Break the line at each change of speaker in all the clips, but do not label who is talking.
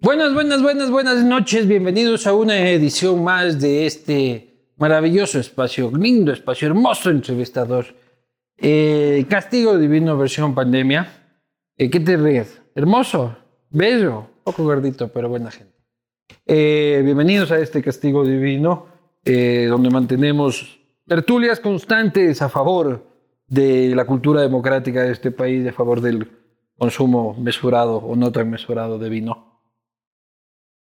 Buenas, buenas, buenas, buenas noches. Bienvenidos a una edición más de este maravilloso espacio, lindo espacio, hermoso entrevistador. Eh, Castigo Divino versión pandemia. Eh, ¿Qué te ríes? Hermoso, bello, poco gordito, pero buena gente. Eh, bienvenidos a este Castigo Divino, eh, donde mantenemos tertulias constantes a favor de la cultura democrática de este país, a favor del consumo mesurado o no tan mesurado de vino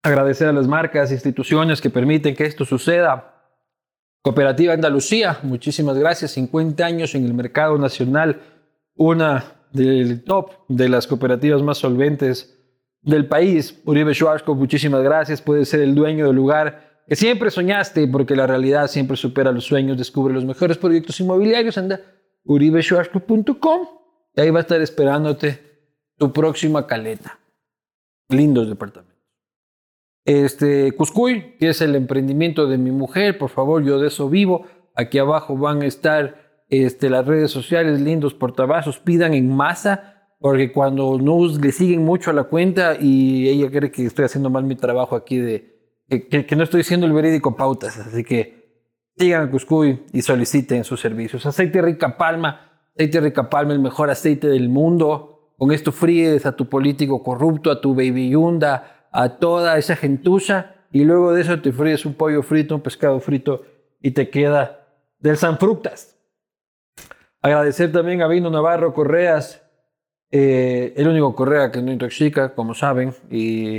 agradecer a las marcas, instituciones que permiten que esto suceda. Cooperativa Andalucía, muchísimas gracias. 50 años en el mercado nacional, una del top de las cooperativas más solventes del país. Uribe Schwarzkopf, muchísimas gracias. Puede ser el dueño del lugar que siempre soñaste, porque la realidad siempre supera los sueños. Descubre los mejores proyectos inmobiliarios. Anda uribeschwarzkopf.com y ahí va a estar esperándote tu próxima caleta. Lindos departamentos. Este, Cuscuy, que es el emprendimiento de mi mujer, por favor, yo de eso vivo. Aquí abajo van a estar este, las redes sociales, lindos portavasos, pidan en masa, porque cuando no le siguen mucho a la cuenta y ella cree que estoy haciendo mal mi trabajo aquí de que, que no estoy siendo el verídico pautas, así que sigan a Cuscuy y soliciten sus servicios. Aceite Rica Palma, aceite Rica Palma, el mejor aceite del mundo. Con esto fríes a tu político corrupto, a tu baby yunda, a toda esa gentuza y luego de eso te fríes un pollo frito, un pescado frito y te queda del Sanfructas. Agradecer también a Vino Navarro Correas, eh, el único Correa que no intoxica, como saben, y,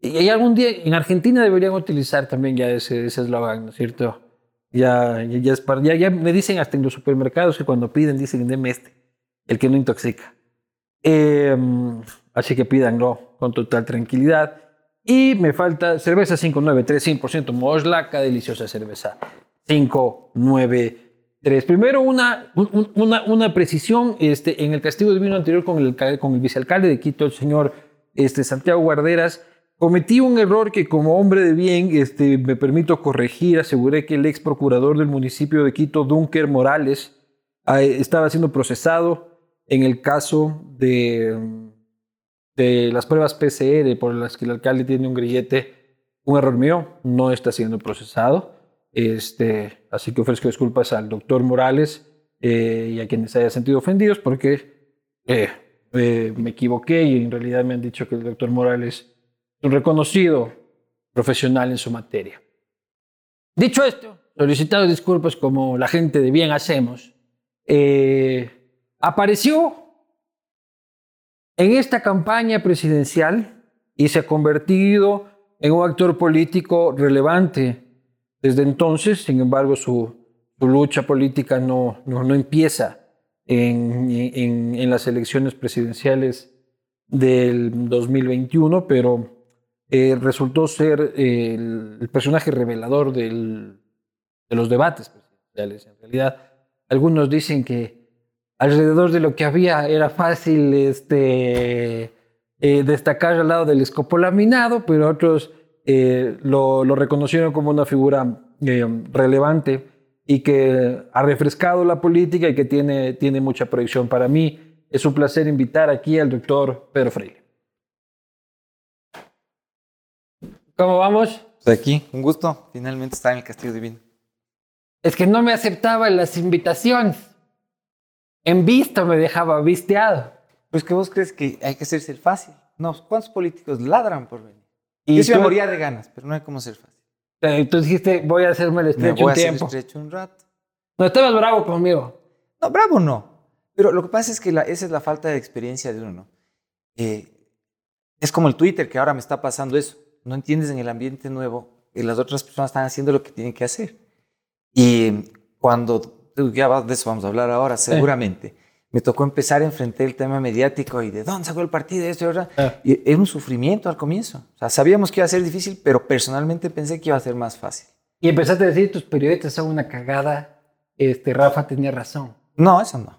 y, y algún día en Argentina deberían utilizar también ya ese eslogan, ¿no es cierto? Ya, ya, ya, es para, ya, ya me dicen hasta en los supermercados que cuando piden dicen, deme este, el que no intoxica. Eh, así que pídanlo con total tranquilidad. Y me falta cerveza 593, 100% Moslaca, deliciosa cerveza 593. Primero, una, un- una, una precisión este, en el castigo divino anterior con el, alcalde- con el vicealcalde de Quito, el señor este, Santiago Guarderas. Cometí un error que como hombre de bien este, me permito corregir. Aseguré que el ex procurador del municipio de Quito, Dunker Morales, ah, estaba siendo procesado en el caso de de las pruebas PCR por las que el alcalde tiene un grillete, un error mío, no está siendo procesado. Este, así que ofrezco disculpas al doctor Morales eh, y a quienes se hayan sentido ofendidos porque eh, eh, me equivoqué y en realidad me han dicho que el doctor Morales es un reconocido profesional en su materia. Dicho esto, solicitado disculpas como la gente de bien hacemos, eh, apareció en esta campaña presidencial y se ha convertido en un actor político relevante desde entonces, sin embargo su, su lucha política no, no, no empieza en, en- en las elecciones presidenciales del 2021, pero eh, resultó ser eh, el, el personaje revelador del- de los debates presidenciales. En realidad, algunos dicen que alrededor de lo que había era fácil este, eh, destacar al lado del escopolaminado, pero otros eh, lo, lo reconocieron como una figura eh, relevante y que ha refrescado la política y que tiene, tiene mucha proyección. Para mí es un placer invitar aquí al doctor Pedro Freire. ¿Cómo vamos?
Pues aquí, un gusto. Finalmente está en el Castillo Divino.
Es que no me aceptaba las invitaciones. En visto me dejaba visteado.
Pues que vos crees que hay que hacerse el fácil. No, ¿cuántos políticos ladran por venir?
Y
Yo sí me
tú-
moría de ganas, pero no hay cómo ser fácil.
Eh, Tú dijiste, voy a hacerme el
Me
estrecho
voy
un
a hacer
tiempo.
estrecho un rato.
No estabas bravo conmigo.
No, bravo no. Pero lo que pasa es que la- esa es la falta de experiencia de uno, ¿no? Eh, es como el Twitter, que ahora me está pasando eso. No entiendes en el ambiente nuevo que las otras personas están haciendo lo que tienen que hacer. Y mm, cuando, tú ya vas- de eso vamos a hablar ahora seguramente, me tocó empezar a enfrentar el tema mediático y de dónde sacó el partido, esto y ahora.
Eh.
Y era un sufrimiento al comienzo. O sea, sabíamos que iba a ser difícil, pero personalmente pensé que iba a ser más fácil.
Y empezaste a decir, tus periodistas son una cagada. Este, Rafa tenía razón.
No, eso no.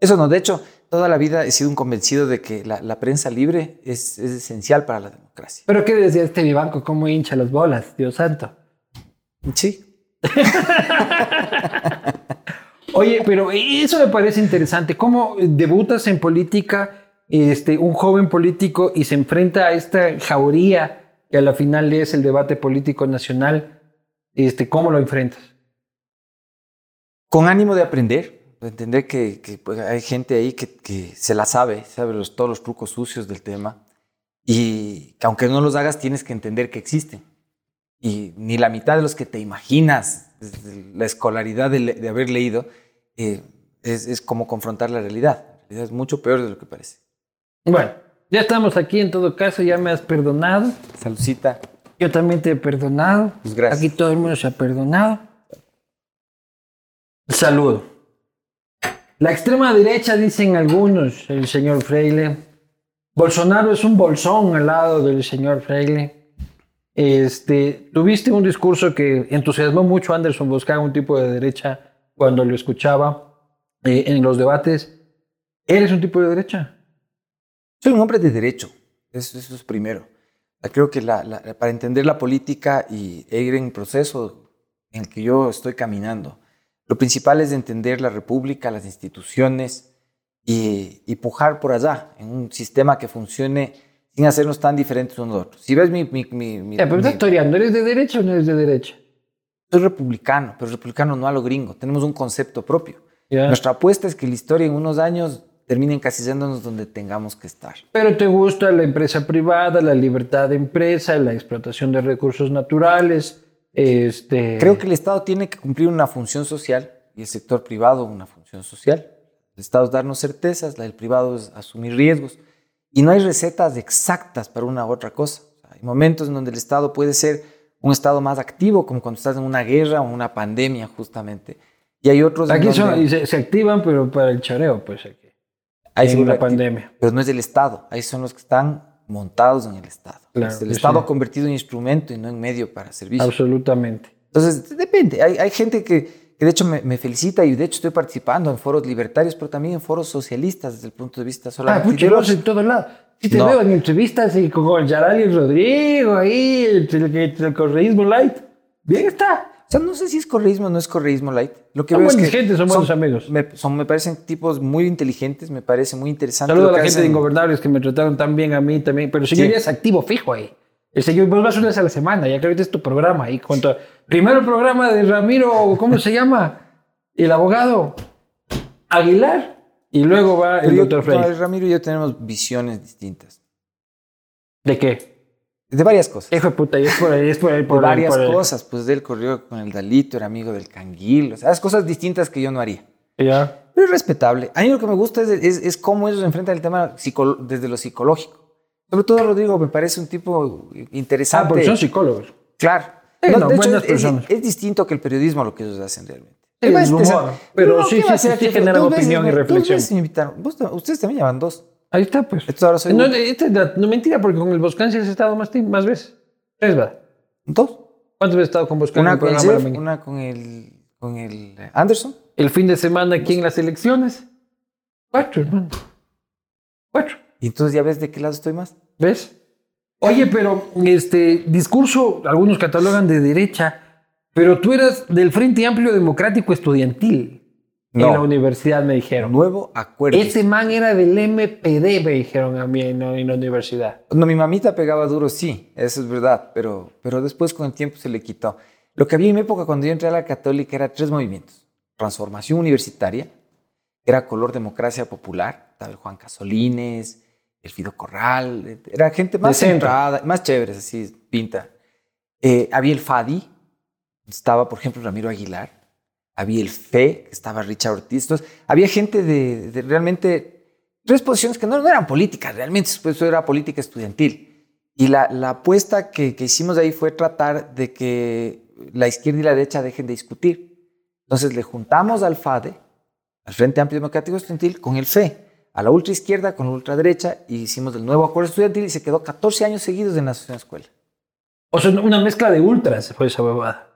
Eso no. De hecho, toda la vida he sido un convencido de que la, la prensa libre es, es esencial para la democracia.
Pero ¿qué decía este Vivanco? ¿Cómo hincha las bolas? Dios santo.
Sí.
Oye, pero eso me parece interesante. ¿Cómo debutas en política, este, un joven político, y se enfrenta a esta jauría que a la final es el debate político nacional? Este, ¿Cómo lo enfrentas?
Con ánimo de aprender, de entender que, que, pues, hay gente ahí que, que, se la sabe, sabe los, todos los trucos sucios del tema, y que aunque no los hagas, tienes que entender que existen. Y ni la mitad de los que te imaginas la escolaridad de, de haber leído eh, es, es, como confrontar la realidad. La realidad es mucho peor de lo que parece.
Bueno, ya estamos aquí en todo caso, ya me has perdonado.
Salucita.
Yo también te he perdonado.
Pues gracias.
Aquí todo el mundo se ha perdonado. Saludo. La extrema derecha, dicen algunos, el señor Freile. Bolsonaro es un bolsón al lado del señor Freile. Este, tuviste un discurso que entusiasmó mucho a Anderson Bosca, un tipo de derecha, cuando lo escuchaba eh, en los debates. ¿Eres un tipo de derecha?
Soy un hombre de derecho, eso, eso es primero. Creo que la, la, para entender la política y ir en el proceso en el que yo estoy caminando, lo principal es entender la república, las instituciones y, y pujar por allá, en un sistema que funcione sin hacernos tan diferentes unos de otros. Si ves mi... mi, mi, mi
ya, pero estás toreando, ¿eres de derecha o no eres de derecha?
Soy republicano, pero republicano no a lo gringo. Tenemos un concepto propio. Yeah. Nuestra apuesta es que la historia en unos años termine encasillándonos donde tengamos que estar.
Pero te gusta la empresa privada, la libertad de empresa, la explotación de recursos naturales. Este...
Creo que el Estado tiene que cumplir una función social y el sector privado una función social. El Estado es darnos certezas, el privado es asumir riesgos. Y no hay recetas exactas para una u otra cosa. Hay momentos en donde el Estado puede ser un Estado más activo, como cuando estás en una guerra o una pandemia, justamente. Y hay otros.
Aquí en donde son, y se, se, activan, pero para el chareo, pues aquí.
Hay
una activa, pandemia.
Pero no es del Estado. Ahí son los que están montados en el Estado. Claro, es el Estado sí. convertido en instrumento y no en medio para servicio.
Absolutamente.
Entonces, depende. Hay, hay gente que, que, de hecho, me, me, felicita y de hecho estoy participando en foros libertarios, pero también en foros socialistas desde el punto de vista solamente.
Ah, pucha, los en todos lados. Sí te no. veo en entrevistas y con Yarali Rodrigo ahí, el, el, el, el, correísmo light. Bien está.
O sea, no sé si es correísmo o no es correísmo light. Lo que
son
veo es que
gente, son buenos son, amigos.
Me, son, me parecen tipos muy inteligentes, me parece muy interesante.
Saludo a la gente hacen. de Ingobernables que me trataron tan bien a mí también. Pero señor sí. es activo, fijo ahí. El señor, vos vas una vez a la semana, ya creo que este es tu programa. ahí cuanto, primero programa de Ramiro, ¿cómo se llama? El abogado Aguilar. Y luego va el
yo,
doctor Frey.
No, Ramiro y yo tenemos visiones distintas.
¿De qué?
De varias cosas.
Hijo de puta, y es por ahí, es por ahí. Por
de varias
por
cosas. Pues él corrió con el Dalito, era amigo del Canguil. O sea, esas cosas distintas que yo no haría.
Ya. Ah,
Pero es respetable. A mí lo que me gusta es, es, es cómo ellos enfrentan el tema desde lo psicológico. Sobre todo Rodrigo me parece un tipo interesante.
Ah, porque son psicólogos.
Claro. Eh, no, no, de hecho, es, es, es, distinto que el periodismo a lo que ellos hacen realmente.
El humor, interesante. pero no, sí, sí, sí, sí generan opinión y
veces,
reflexión.
invitaron. Vos, ustedes también llevan dos.
Ahí está, pues.
Esto ahora soy
no, este, no, mentira, porque con el Boscán sí has estado más, más veces. Tres, ¿verdad?
¿Dos?
¿Cuántas veces has estado con Boscán?
Una en con el, Jeff, una con el, con el Anderson.
El fin de semana aquí en las elecciones. Cuatro, hermano. Cuatro.
Y entonces ya ves de qué lado estoy más.
¿Ves? Oye, pero este discurso, algunos catalogan de derecha, pero tú eras del Frente Amplio Democrático Estudiantil no. en la universidad, me dijeron.
Nuevo acuerdo.
Ese man era del MPD, me dijeron a mí en, en la universidad.
No, mi mamita pegaba duro, sí, eso es verdad, pero, pero después con el tiempo se le quitó. Lo que había en mi época cuando yo entré a la católica era tres movimientos. Transformación universitaria, era color democracia popular, tal Juan Casolines, el Fido Corral, era gente más centrada, más chévere, así pinta. Eh, había el Fadi, estaba por ejemplo Ramiro Aguilar, había el Fe, estaba Richard Ortiz, entonces había gente de, de realmente tres posiciones que no, no eran políticas, realmente pues, eso era política estudiantil. Y la, la apuesta que, que, hicimos ahí fue tratar de que la izquierda y la derecha dejen de discutir. Entonces le juntamos al FADE, al Frente Amplio Democrático Estudiantil, con el FE a la ultra izquierda con la ultra derecha y e hicimos el nuevo acuerdo estudiantil y se quedó 14 años seguidos en la asociación escuela.
O sea, una mezcla de ultras fue esa bebada.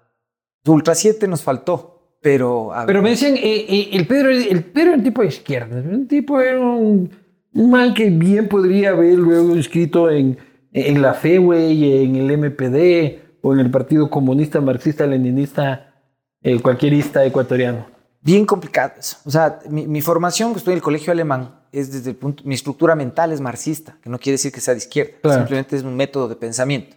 Ultra 7 nos faltó, pero...
A... Pero me decían, eh, eh, el, Pedro, el Pedro era un tipo de izquierda, un tipo era un, un man que bien podría haber luego inscrito en, en la FEWE y en el MPD, o en el Partido Comunista, Marxista, Leninista, eh, cualquierista ecuatoriano?
Bien complicado eso. O sea, mi, mi formación, que estoy en el colegio alemán, es desde el punto, mi estructura mental es marxista, que no quiere decir que sea de izquierda,
Claro.
simplemente es un método de pensamiento.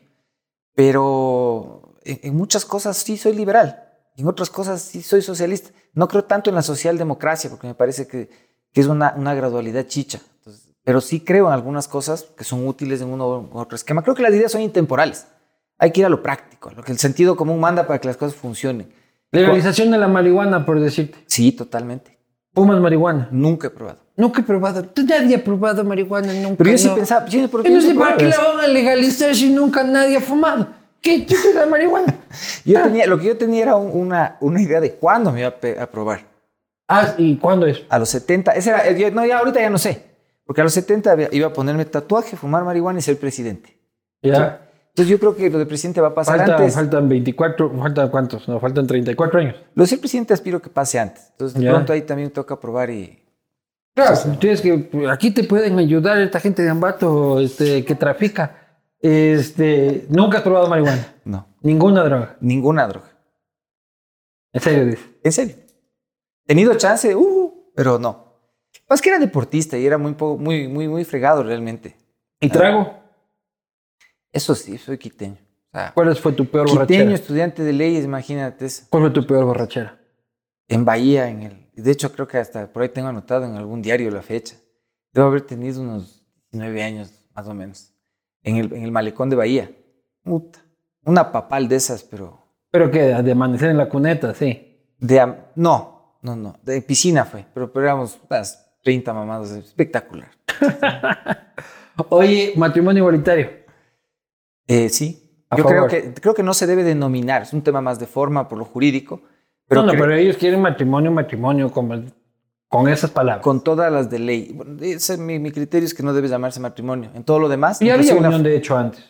Pero en, en muchas cosas sí soy liberal, en otras cosas sí soy socialista. No creo tanto en la socialdemocracia, porque me parece que, que es una, una gradualidad chicha. Entonces, pero sí creo en algunas cosas que son útiles en uno u otro esquema. Creo que las ideas son intemporales. Hay que ir a lo práctico, a lo que el sentido común manda para que las cosas funcionen.
Legalización de la marihuana, por decirte.
Sí, totalmente.
Fumas marihuana.
Nunca he probado.
Nunca he probado. Nadie ha probado marihuana nunca.
Pero yo sí
no.
pensaba, sí, ¿por qué
Yo "Pues, no
no
sé
he
para
probado
qué la
eso?
van a legalizar si nunca nadie ha fumado. ¿Qué chucha es la marihuana?
Yo tenía, lo que yo tenía era un- una, una idea de cuándo me iba a, pe- a probar.
Ah, ¿y cuándo es?
A los 70, ese era, el- yo- no, ya ahorita ya no sé. Porque a los 70 había- iba a ponerme tatuaje, fumar marihuana y ser presidente.
Ya.
Entonces yo creo que lo de presidente va a pasar
Falta-
antes.
faltan 24, faltan cuántos? No, faltan 34 años.
Lo de ser presidente aspiro que pase antes. Entonces de
Ya.
pronto ahí también toca probar y...
Claro, tienes que, aquí te pueden ayudar esta gente de Ambato este, que trafica. Este, nunca has probado marihuana,
No,
ninguna droga.
ninguna droga.
En serio, dice.
En serio. Tenido chance, uh, pero no. Más que era deportista y era muy, po- muy, muy, muy fregado realmente.
¿Y trago?
Eso sí, soy quiteño. O sea,
¿Cuál fue tu peor
quiteño,
borrachera?
estudiante de leyes, imagínate eso.
¿Cuál fue tu peor borrachera?
en Bahía, en el. De hecho, creo que hasta por ahí tengo anotado en algún diario la fecha. Debo haber tenido unos 19 años, más o menos, en el, en el malecón de Bahía. Puta, una papal de esas, pero.
Pero que de amanecer en la cuneta, sí.
De, am- no, no, no, de piscina fue, pero, pero éramos unas 30 mamadas, espectacular.
Oye, matrimonio igualitario.
Eh, sí,
A
yo
favor.
creo que, creo que no se debe denominar, es un tema más de forma por lo jurídico,
Pero
pero,
no, no,
cre-
pero ellos quieren matrimonio, matrimonio, con, con esas palabras.
con todas las de ley. Bueno, ese, mi, mi criterio es que no debe llamarse matrimonio. En todo lo demás,
y había
inclusive una-
unión de hecho antes.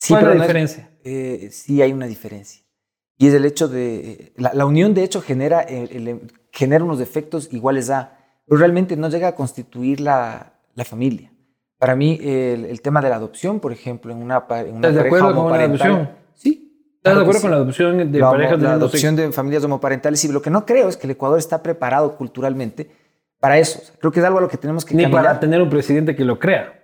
sí,
¿Cuál es
pero
la
no es-
diferencia?
eh, sí hay una diferencia. Y es el hecho de. eh, La, la unión, de hecho, genera, eh, el- el- genera unos defectos iguales a. Pero realmente no llega a constituir la, la familia. Para mí, el, el tema de la adopción, por ejemplo, en una, pa- en una
¿Estás de
pareja
acuerdo con la
homoparental.
adopción?
Sí.
¿Estás
claro
de
que
acuerdo
sí.
con la adopción de
La homo-
parejas de
la
mismo
adopción de familias homoparentales. Y lo que no creo es que el Ecuador está preparado culturalmente para eso. O sea, creo que es algo a lo que tenemos que
sexo? Ni
caminar.
para tener un presidente que lo crea.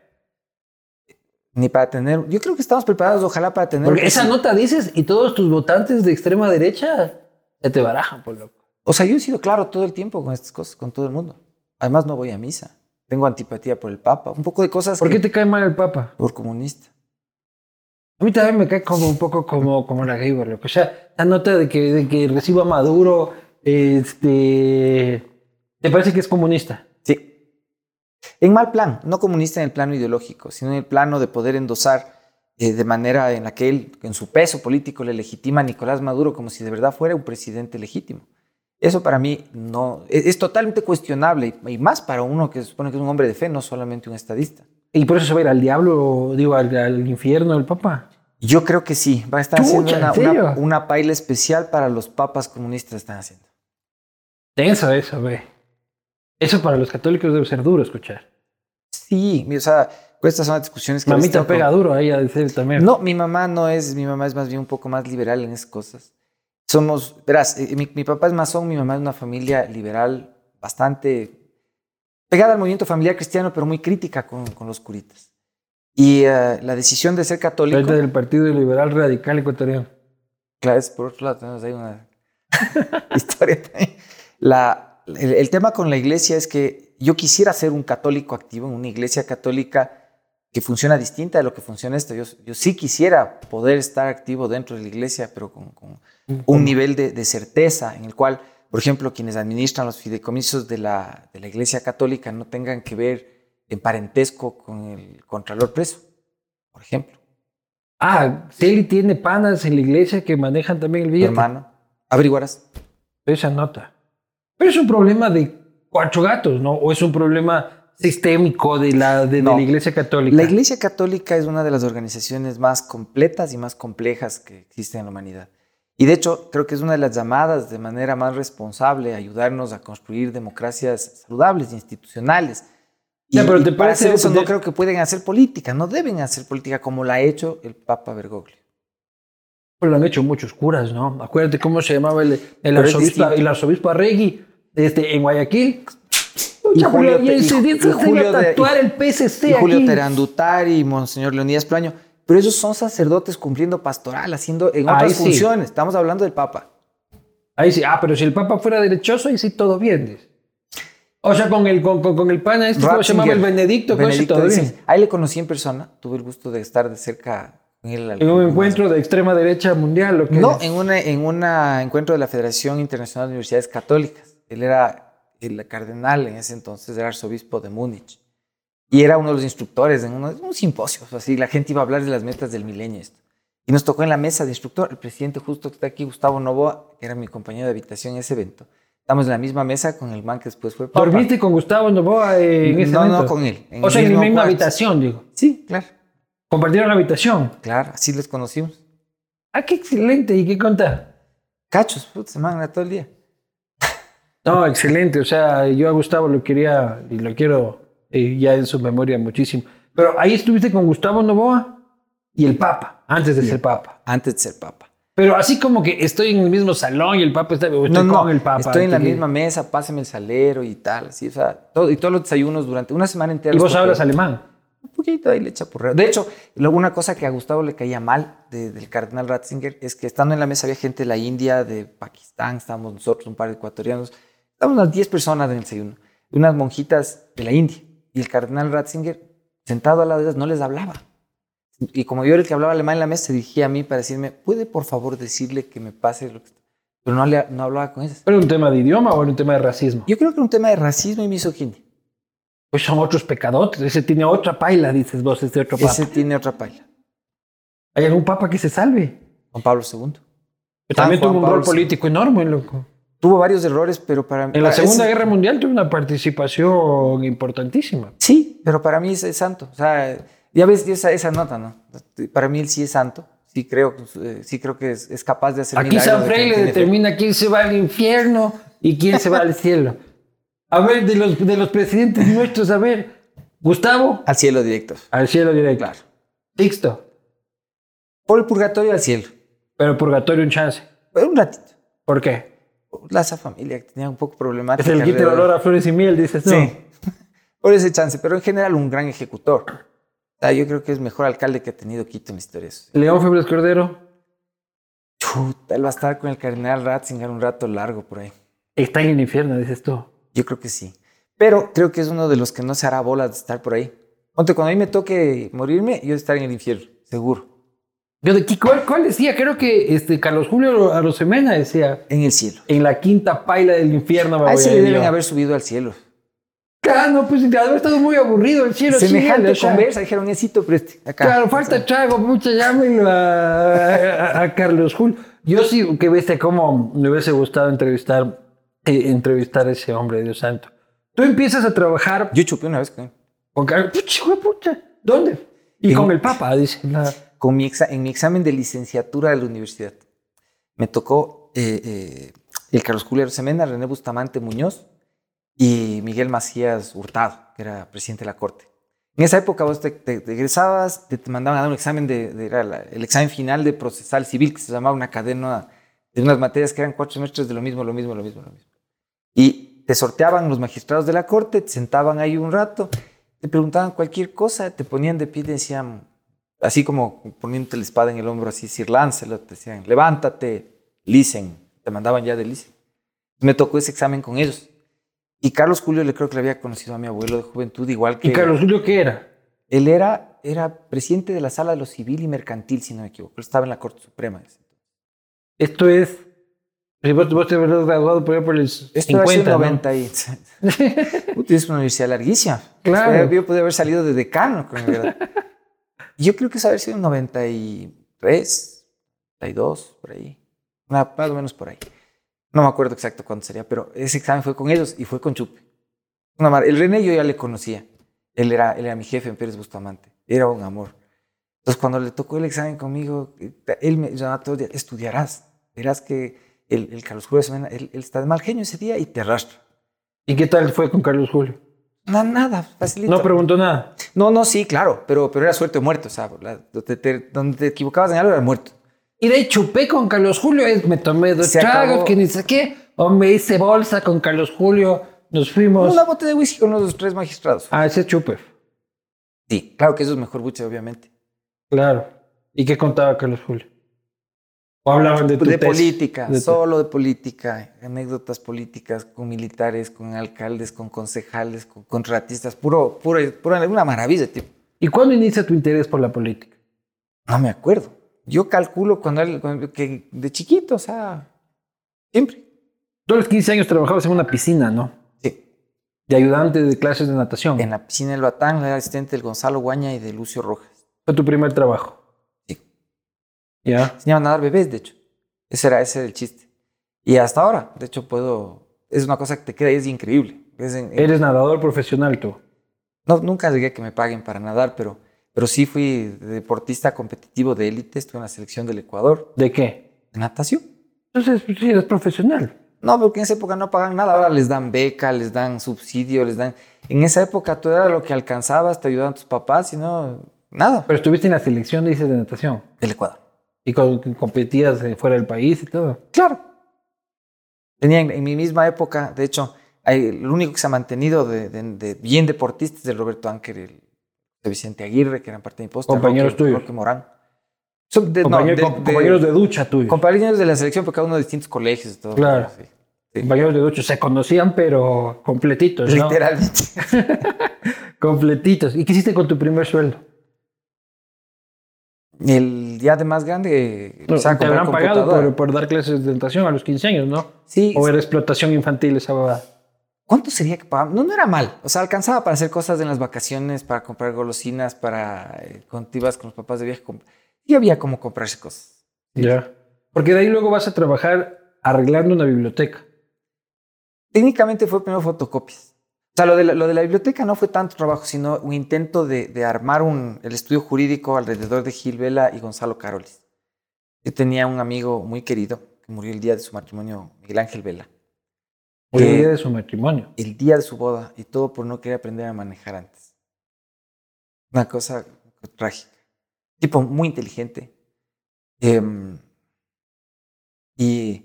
ni para tener. Yo creo que estamos preparados, ojalá, para tener.
Porque esa nota dices y todos tus votantes de extrema derecha se te barajan, por loco.
O sea, yo he sido claro todo el tiempo con estas cosas, con todo el mundo. Además, no voy a misa. Tengo antipatía por el Papa. Un poco de cosas
¿Por
que-
qué te cae mal el Papa?
por comunista.
A mí también me cae como un poco como, como la gay, por loco. O sea, la nota de que, de que reciba Maduro, este. ¿Te parece que es comunista?
Sí. En mal plan, no comunista en el plano ideológico, sino en el plano de poder endosar eh, de manera en la que él, en su peso político, le legitima a Nicolás Maduro como si de verdad fuera un presidente legítimo. Eso para mí no es, es totalmente cuestionable y, y más para uno que se supone que es un hombre de fe, no solamente un estadista.
¿Y por eso se va a ir al diablo, digo, al, al infierno el Papa?
Yo creo que sí. Va a estar
Chucha,
haciendo una,
¿en
una-
serio?
una paila especial para los papas comunistas. Están haciendo.
Tenso eso, ve. Eso para los católicos debe ser duro escuchar.
Sí, mi- o sea, estas son las discusiones que. a veces
Mamita
tengo
pega
con-
duro ahí a decir también.
No, mi mamá no es. Mi mamá es más bien un poco más liberal en esas cosas. Somos, verás, eh, mi, mi papá es masón, mi mamá es una familia liberal bastante pegada al movimiento familiar cristiano, pero muy crítica con, con los curitas. Y eh, la decisión de ser católico.
Vete del Partido Liberal Radical Ecuatoriano.
Claro, es por otro lado, tenemos ahí una historia también. La- el, el tema con la iglesia es que yo quisiera ser un católico activo en una iglesia católica que funciona distinta de lo que funciona esto. Yo, yo sí quisiera poder estar activo dentro de la iglesia, pero con, con un nivel de, de certeza en el cual, por ejemplo, quienes administran los fideicomisos de la, de la iglesia católica no tengan que ver en parentesco con el contralor preso, por ejemplo,
Ah, Celi tiene panas en la iglesia que manejan también el
mi
billete.
hermano. Averiguarás.
Esa nota. Pero es un problema de cuatro gatos, ¿no? O es un problema sistémico de la, de, de
No.
la iglesia católica.
La Iglesia Católica es una de las organizaciones más completas y más complejas que existen en la humanidad. Y de hecho, creo que es una de las llamadas de manera más responsable a ayudarnos a construir democracias saludables, institucionales. Y,
Ya, pero
y
¿te
para
parece
hacer eso no
entender-
creo que pueden hacer política, no deben hacer política como la ha hecho el Papa Bergoglio.
Pues lo han hecho muchos curas, ¿no? Acuérdate cómo se llamaba el, el
Pero es
arzobispo,
distinto.
el arzobispo Arregui este, en Guayaquil.
Y
Y Julio,
Julio Te-
y se
y-
dice, se
y Julio
iba a
de-
tatuar
y-
el PSC
Y Julio
aquí.
Terandutari y Monseñor Leonidas Plaño. Pero esos son sacerdotes cumpliendo pastoral, haciendo en
Ahí
otras
sí.
funciones. Estamos hablando del Papa.
Ahí sí, ah, pero si el Papa fuera derechoso, ahí sí todo bien. dice. O sea, con el, con, con, con el pana este, ¿cómo se llamaba? El
Ratzinger.
Benedicto, con ese
Benedicto
todo bien.
XVI. A él le conocí en persona. Tuve el gusto de estar de cerca con él. al-
En un encuentro de extrema derecha mundial, ¿o qué?
No, en un en una encuentro de la Federación Internacional de Universidades Católicas. Él era el cardenal en ese entonces, era arzobispo de Múnich. Y era uno de los instructores en uno- un simposio. o sea, Así, la gente iba a hablar de las metas del milenio. y esto. Y nos tocó en la mesa de instructor, el presidente justo que está aquí, Gustavo Novoa, que era mi compañero de habitación en ese evento. Estamos en la misma mesa con el man que después fue papa.
¿Dormiste con Gustavo Novoa eh, en ese
No, no,
momento?
con él, en
o
el
sea, en la
mismo
misma
cuarto.
habitación, digo.
Sí, claro.
Compartieron la habitación.
Claro, así les conocimos.
Ah, qué excelente. ¿Y qué conta?
Cachos, putz, man, era todo el día.
No, excelente. O sea, yo a Gustavo lo quería y lo quiero eh, ya en su memoria muchísimo. Pero ahí estuviste con Gustavo Novoa y el Papa, antes de ser Papa.
Antes de ser papa.
Pero así como que estoy en el mismo salón y el Papa está o estoy
no,
con
no,
el Papa.
Estoy en la
que-
misma mesa, pásame el salero y tal, así, o sea, todo, y todos los desayunos durante una semana entera.
Y
los
vos hablas
cotorreo.
alemán.
Un poquito ahí le chapurreo. De hecho, luego una cosa que a Gustavo le caía mal de- del cardenal Ratzinger es que estando en la mesa había gente de la India, de Pakistán, estábamos nosotros, un par de ecuatorianos, estábamos unas 10 personas en el desayuno, y unas monjitas de la India. Y el cardenal Ratzinger, sentado al lado de ellas, no les hablaba. Y como yo era el que hablaba alemán en la mesa, se dirigía a mí para decirme, ¿puede por favor decirle que me pase lo que está-?" Pero no, le- no hablaba con ellas.
¿Pero era un tema de idioma o era un tema de racismo?
Yo creo que era un tema de racismo y misoginia.
Pues son otros pecadotes. Ese tiene otra paila, dices vos, este otro Papa.
Ese tiene otra paila.
Hay algún Papa que se salve.
Juan Pablo II.
Pero
San
también
Juan
tuvo un rol
Pablo
político enorme, loco.
Tuvo varios errores, pero para
En la
para-
Segunda
es-
Guerra Mundial tuvo una participación importantísima.
Sí, pero para mí es, es santo. O sea, ya ves esa, esa nota, ¿no? Para mí él sí es santo. Sí creo, eh, sí creo que es, es capaz de hacer
Aquí
milagros
San
de
Frey
quien
le
tiene fe.
determina quién se va al infierno y quién se va al cielo. A ver, de los, de los presidentes nuestros, a ver, Gustavo,
Al cielo directo.
al cielo directo.
Claro.
Sixto,
Por el purgatorio al cielo.
pero purgatorio un chance.
Pero un ratito.
¿Por qué?
La esa familia que tenía un poco problemática.
Es el quite el
alrededor.
olor a flores y miel, dices, no.
Sí. Por ese chance. Pero en general un gran ejecutor. O sea, yo creo que es mejor alcalde que ha tenido Quito en la historia. Eso sí.
León Febres Cordero
Chuta, él va a estar con el cardenal Ratzinger un rato largo por ahí.
está en el infierno, dices tú.
Yo creo que sí. Pero creo que es uno de los que no se hará bolas de estar por ahí. Ponte, cuando a mí me toque morirme, yo estaré en el infierno, seguro.
Yo de ¿qué- ¿cuál, cuál decía? Creo que este Carlos Julio Arosemena decía,
En el cielo.
en la quinta paila del infierno me
A
voy
ese
a
le
ir
Ah, deben
yo".
haber subido al cielo.
Claro, no, pues de haber estado muy aburrido el cielo. sí,
Semejante
o sea,
conversa, dijeron, necesito preste. Acá.
Claro, falta Chago, mucha llámenlo a, a- a Carlos Jul. Yo sí que viste cómo me hubiese gustado entrevistar, eh, entrevistar a ese hombre, Dios santo. Tú empiezas a trabajar
Yo chupé una vez con,
con Carlos. Puch, hijo de pucha, ¿Dónde? Y
En-
con el Papa, dice. la-
con mi exa- en mi examen de licenciatura de la universidad. Me tocó eh, eh, el Carlos Julio Semena, René Bustamante Muñoz y Miguel Macías Hurtado, que era presidente de la Corte. En esa época vos te, te- te egresabas, te, te mandaban a dar un examen, de, de- era la- el examen final de procesal civil, que se llamaba una cadena de unas materias que eran cuatro semestres de lo mismo, lo mismo, lo mismo, lo mismo. Y te sorteaban los magistrados de la corte, te sentaban ahí un rato, te preguntaban cualquier cosa, te ponían de pie y te decían, así como poniéndote la espada en el hombro, así, Sir Lancelot, te decían, levántate, listen, te mandaban ya de listen. Me tocó ese examen con ellos. Y Carlos Julio le creo que le había conocido a mi abuelo de juventud, igual que...
¿Y Carlos Julio qué era?
Él era, era presidente de la Sala de lo Civil y Mercantil, si no me equivoco. Él estaba en la Corte Suprema.
Esto es. si Vos, vos te habrás graduado por, ahí por el
Esto hace
50, ¿no?
90 y... Puta, es una universidad larguísima.
Claro.
Fue- Yo pude haber salido de decano, con verdad. Yo creo que eso haber sido en 93, 92, por ahí. Una- más o menos por ahí. No me acuerdo exacto cuándo sería, pero ese examen fue con ellos y fue con Chupe. Una mar- El René yo ya le conocía. Él era, él era mi jefe en Pérez Bustamante. Era un amor. Entonces, cuando le tocó el examen conmigo, eh, él me llamaba todo el día, estudiarás. Verás que el, el Carlos Julio Semena, él, él está de mal genio ese día y te arrastra.
¿Y qué tal fue con Carlos Julio?
Na- nada, facilito.
No preguntó nada.
No, no, sí, claro, pero, pero era suerte o muerte. O sea, la- te- te- donde te equivocabas en algo era muerto.
Y de ahí chupé con Carlos Julio, eh, me tomé dos
Se
tragos,
acabó.
que ni sé qué, o me hice bolsa con Carlos Julio, nos fuimos.
Una botella de whisky con los tres magistrados.
Ah, ese chupe,
Sí, claro que eso es mejor buche, obviamente.
claro. ¿Y qué contaba Carlos Julio? O hablaban de tu
de
tesis,
política,
de tu-
solo de política, anécdotas políticas con militares, con alcaldes, con concejales, con contratistas, puro, puro, puro, una maravilla, tipo.
¿Y cuándo inicia tu interés por la política?
No me acuerdo. Yo calculo cuando él, cuando- que de chiquito, o sea, siempre.
Tú a los 15 años trabajabas en una piscina, ¿no?
Sí.
De ayudante de clases de natación.
En la piscina del Batán era asistente del Gonzalo Guaña y de Lucio Rojas.
Fue tu primer trabajo.
Sí.
Ya.
Enseñaban a nadar bebés, de hecho. Ese era, ese era el chiste. Y hasta ahora, de hecho, puedo. Es una cosa que te queda y es increíble. Es en- en-
Eres nadador profesional tú.
No, nunca llegué a que me paguen para nadar, pero, pero sí fui deportista competitivo de élite, estuve en la selección del Ecuador
¿De qué?
de natación.
Entonces, pues, sí, eres profesional.
No, porque en esa época no pagan nada, ahora les dan beca, les dan subsidio, les dan... En esa época tú era lo que alcanzabas, te ayudaban tus papás, y no, nada.
Pero estuviste en la selección, dices, de natación.
Del Ecuador.
Y con- competías eh, fuera del país y todo.
Claro. Tenía en, en mi misma época, de hecho, hay- el único que se ha mantenido de, de- de bien deportista es el Roberto Anker, el de Vicente Aguirre, que eran parte de mi posta,
Compañeros
Roque-
tuyos.
Roque Morán. Son de- no,
Compañero-
de-
com-
de-
compañeros de ducha tuyos.
Compañeros de la selección, porque cada uno de distintos colegios. y Todo,
Claro.
Sí.
compañeros de ducha. Se conocían, pero completitos, Pues ¿no?
Literalmente.
Completitos. ¿Y qué hiciste con tu primer sueldo?
El día de más grande. empezaba a
te
comprar
habrán pagado
computadora.
por, por dar clases de natación a los 15 años, ¿no?
Sí.
O era explotación infantil esa babada.
¿Cuánto sería que pagaba? No, no era mal. O sea, alcanzaba para hacer cosas en las vacaciones, para comprar golosinas, para. eh, cuando te ibas con los papás de viaje. comp- Y había como comprarse cosas.
Ya. Porque de ahí luego vas a trabajar arreglando una biblioteca.
Técnicamente fue primero fotocopias. O sea, lo de, la, lo de la biblioteca no fue tanto trabajo, sino un intento de, de armar un, el estudio jurídico alrededor de Gil Vela y Gonzalo Carolis. Yo tenía un amigo muy querido que murió el día de su matrimonio, Miguel Ángel Vela.
Hoy
Eh,
día de su matrimonio.
el día de su boda y todo por no querer aprender a manejar antes. Una cosa trágica. Tipo muy inteligente. Em, y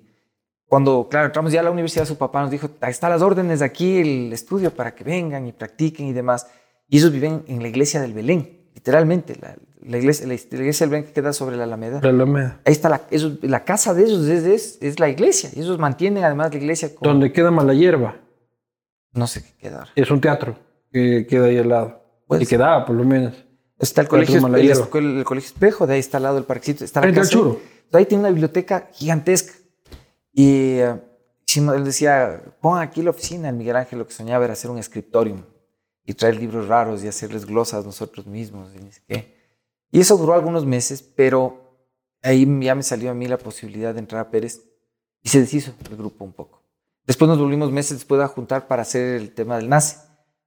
cuando, claro, entramos ya a la universidad, su papá nos dijo, "Ahí están las órdenes aquí, el estudio para que vengan y practiquen y demás. Y ellos viven en la iglesia del Belén, literalmente, la, la iglesia, la iglesia del Belén que queda sobre la Alameda.
La Alameda.
Ahí está la, ellos- la casa de ellos, es, es, es la iglesia. Y ellos mantienen además la iglesia con...
Donde queda Mala Hierba.
No sé qué queda ahora.
Es un teatro que queda ahí al lado.
Pues-
y quedaba, por lo menos.
Está el
Teatro
colegio, el,
Malaguero.
escu- el colegio Espejo, de ahí está al lado el parquecito. Está la
Frente al
casa.
churo.
Ahí tiene una biblioteca gigantesca. Y eh, hicimos- él decía, pon aquí la oficina. El Miguel Ángel lo que soñaba era hacer un escritorium y traer libros raros y hacerles glosas nosotros mismos. Y, ni sé qué. y eso duró algunos meses, pero ahí ya me salió a mí la posibilidad de entrar a Pérez y se deshizo el grupo un poco. Después nos volvimos meses después a juntar para hacer el tema del nace.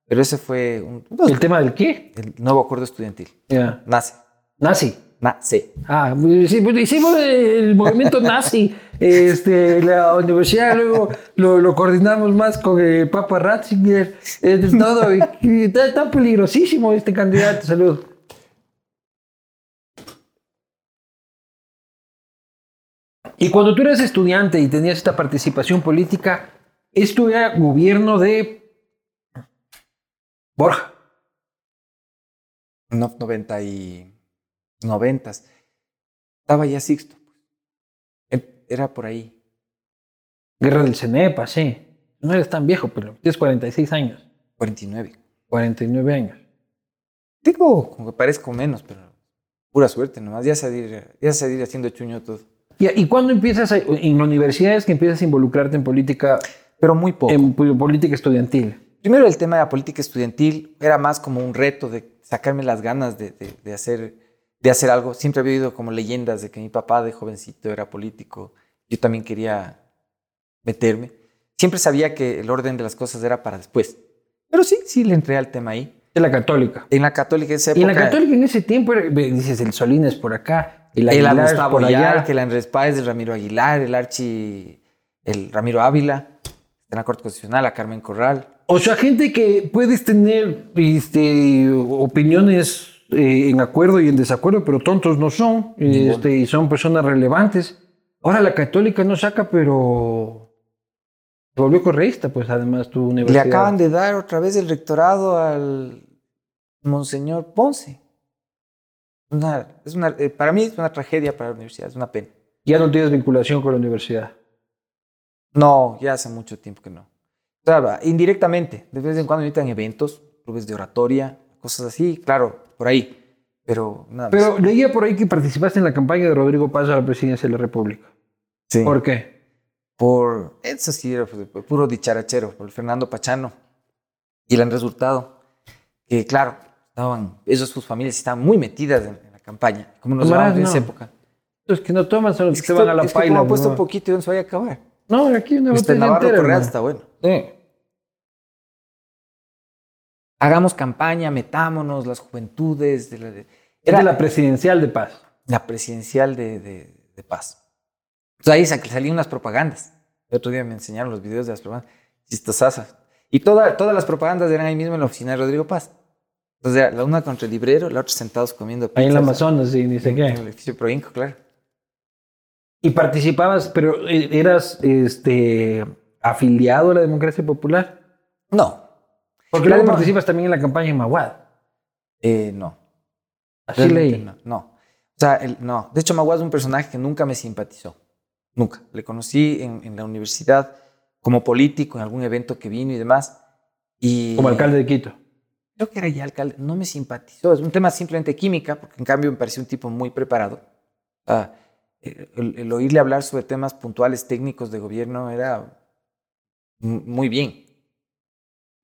Pero ese fue un-
¿El tema del qué?
el nuevo acuerdo estudiantil.
Ya.
Nace.
Nazi.
Nace.
Ah, pues, sí, pues, hicimos el movimiento nazi. Este, la universidad luego lo, lo coordinamos más con el Papa Ratzinger. eh, de todo. Y, y está, está peligrosísimo este candidato. Saludos. Y cuando tú eras estudiante y tenías esta participación política, esto era gobierno de Borja.
No, 90 y 90. Estaba ya Sixto. Em- Era por ahí.
Guerra del Cenepa, sí. No eres tan viejo, pero tienes 46 años.
49.
49 años.
Tengo, como que parezco menos, pero pura suerte nomás. Ya salir, ya salir haciendo chuño todo.
Ya, ¿Y cuándo empiezas a- en la universidad es que empiezas a involucrarte en política,
Pero muy poco.
en pu- política estudiantil?
Primero el tema de la política estudiantil era más como un reto de sacarme las ganas de, de- de hacer, de hacer algo. Siempre había oído como leyendas de que mi papá de jovencito era político. Yo también quería meterme. Siempre sabía que el orden de las cosas era para después. Pero sí, sí le entré al tema ahí.
De la católica.
En la católica en esa
Y en
época...
la católica en ese tiempo era- ve, dices el Solines por acá, el
El
Aguilar
Gustavo
por allá.
Ayar, que el Andrés Páez, el Ramiro Aguilar, el Archi... El Ramiro Ávila, en la Corte Constitucional, la Carmen Corral.
O sea, gente que puedes tener este, opiniones eh, en acuerdo y en desacuerdo, pero tontos no son, y, este, y son personas relevantes. Ahora la católica no saca, pero se volvió correísta, pues además tu
Le
universidad.
acaban de dar otra vez el rectorado al Monseñor Ponce. Una- es una- eh, para mí es una tragedia para la universidad, es una pena.
Ya no tienes vinculación con la universidad.
No, ya hace mucho tiempo que no. O sea, indirectamente, de vez en cuando invitan eventos, clubes de oratoria, cosas así, claro, por ahí. Pero nada más.
Pero leía por ahí que participaste en la campaña de Rodrigo Paz a la presidencia de la República.
Sí.
¿Por qué?
por eso sí era pu- pu- puro dicharachero, por el Fernando Pachano. Y le han resultado que, claro, estaban, ellos, sus familias estaban muy metidas en, en la campaña, como nos
Tomarás,
llamaban en esa
Pues no.
época.
Los que no toman son los
Es
que,
que,
se van
esto-
a la
es que
paila.
como ha puesto
¿no?
un poquito, yo no se vaya a acabar.
No, aquí una
Este
botella
Navarro
entera,
Correa
hermano.
está bueno.
Sí.
Hagamos campaña, metámonos, las juventudes. de la- de-
Era
era
la presidencial de Paz.
la presidencial de, de- de Paz. Entonces ahí sa- salían unas propagandas. El otro día me enseñaron los videos de las propagandas. Chistosasas. Y toda- todas las propagandas eran ahí mismo en la oficina de Rodrigo Paz. Entonces era la una contra el librero, la otra sentados comiendo
Ahí en la
pizzas
Amazonas, sí, ni sé
en- En
qué.
el edificio Proinco, claro.
Y participabas, pero eh, eras este, afiliado a la democracia popular.
No,
Porque
Claro,
luego
no.
participas también en la campaña en Maguad.
eh, no.
Así
Realmente
leí.
No, no. O sea, el- no. De hecho, Maguad es un personaje que nunca me simpatizó. Nunca. Le conocí en, en la universidad como político, en algún evento que vino y demás. Y
Como alcalde de Quito.
creo que era ya alcalde, no me simpatizó. Es un tema simplemente química, porque en cambio me pareció un tipo muy preparado. Ah, el, el oírle hablar sobre temas puntuales técnicos de gobierno era mu- muy bien.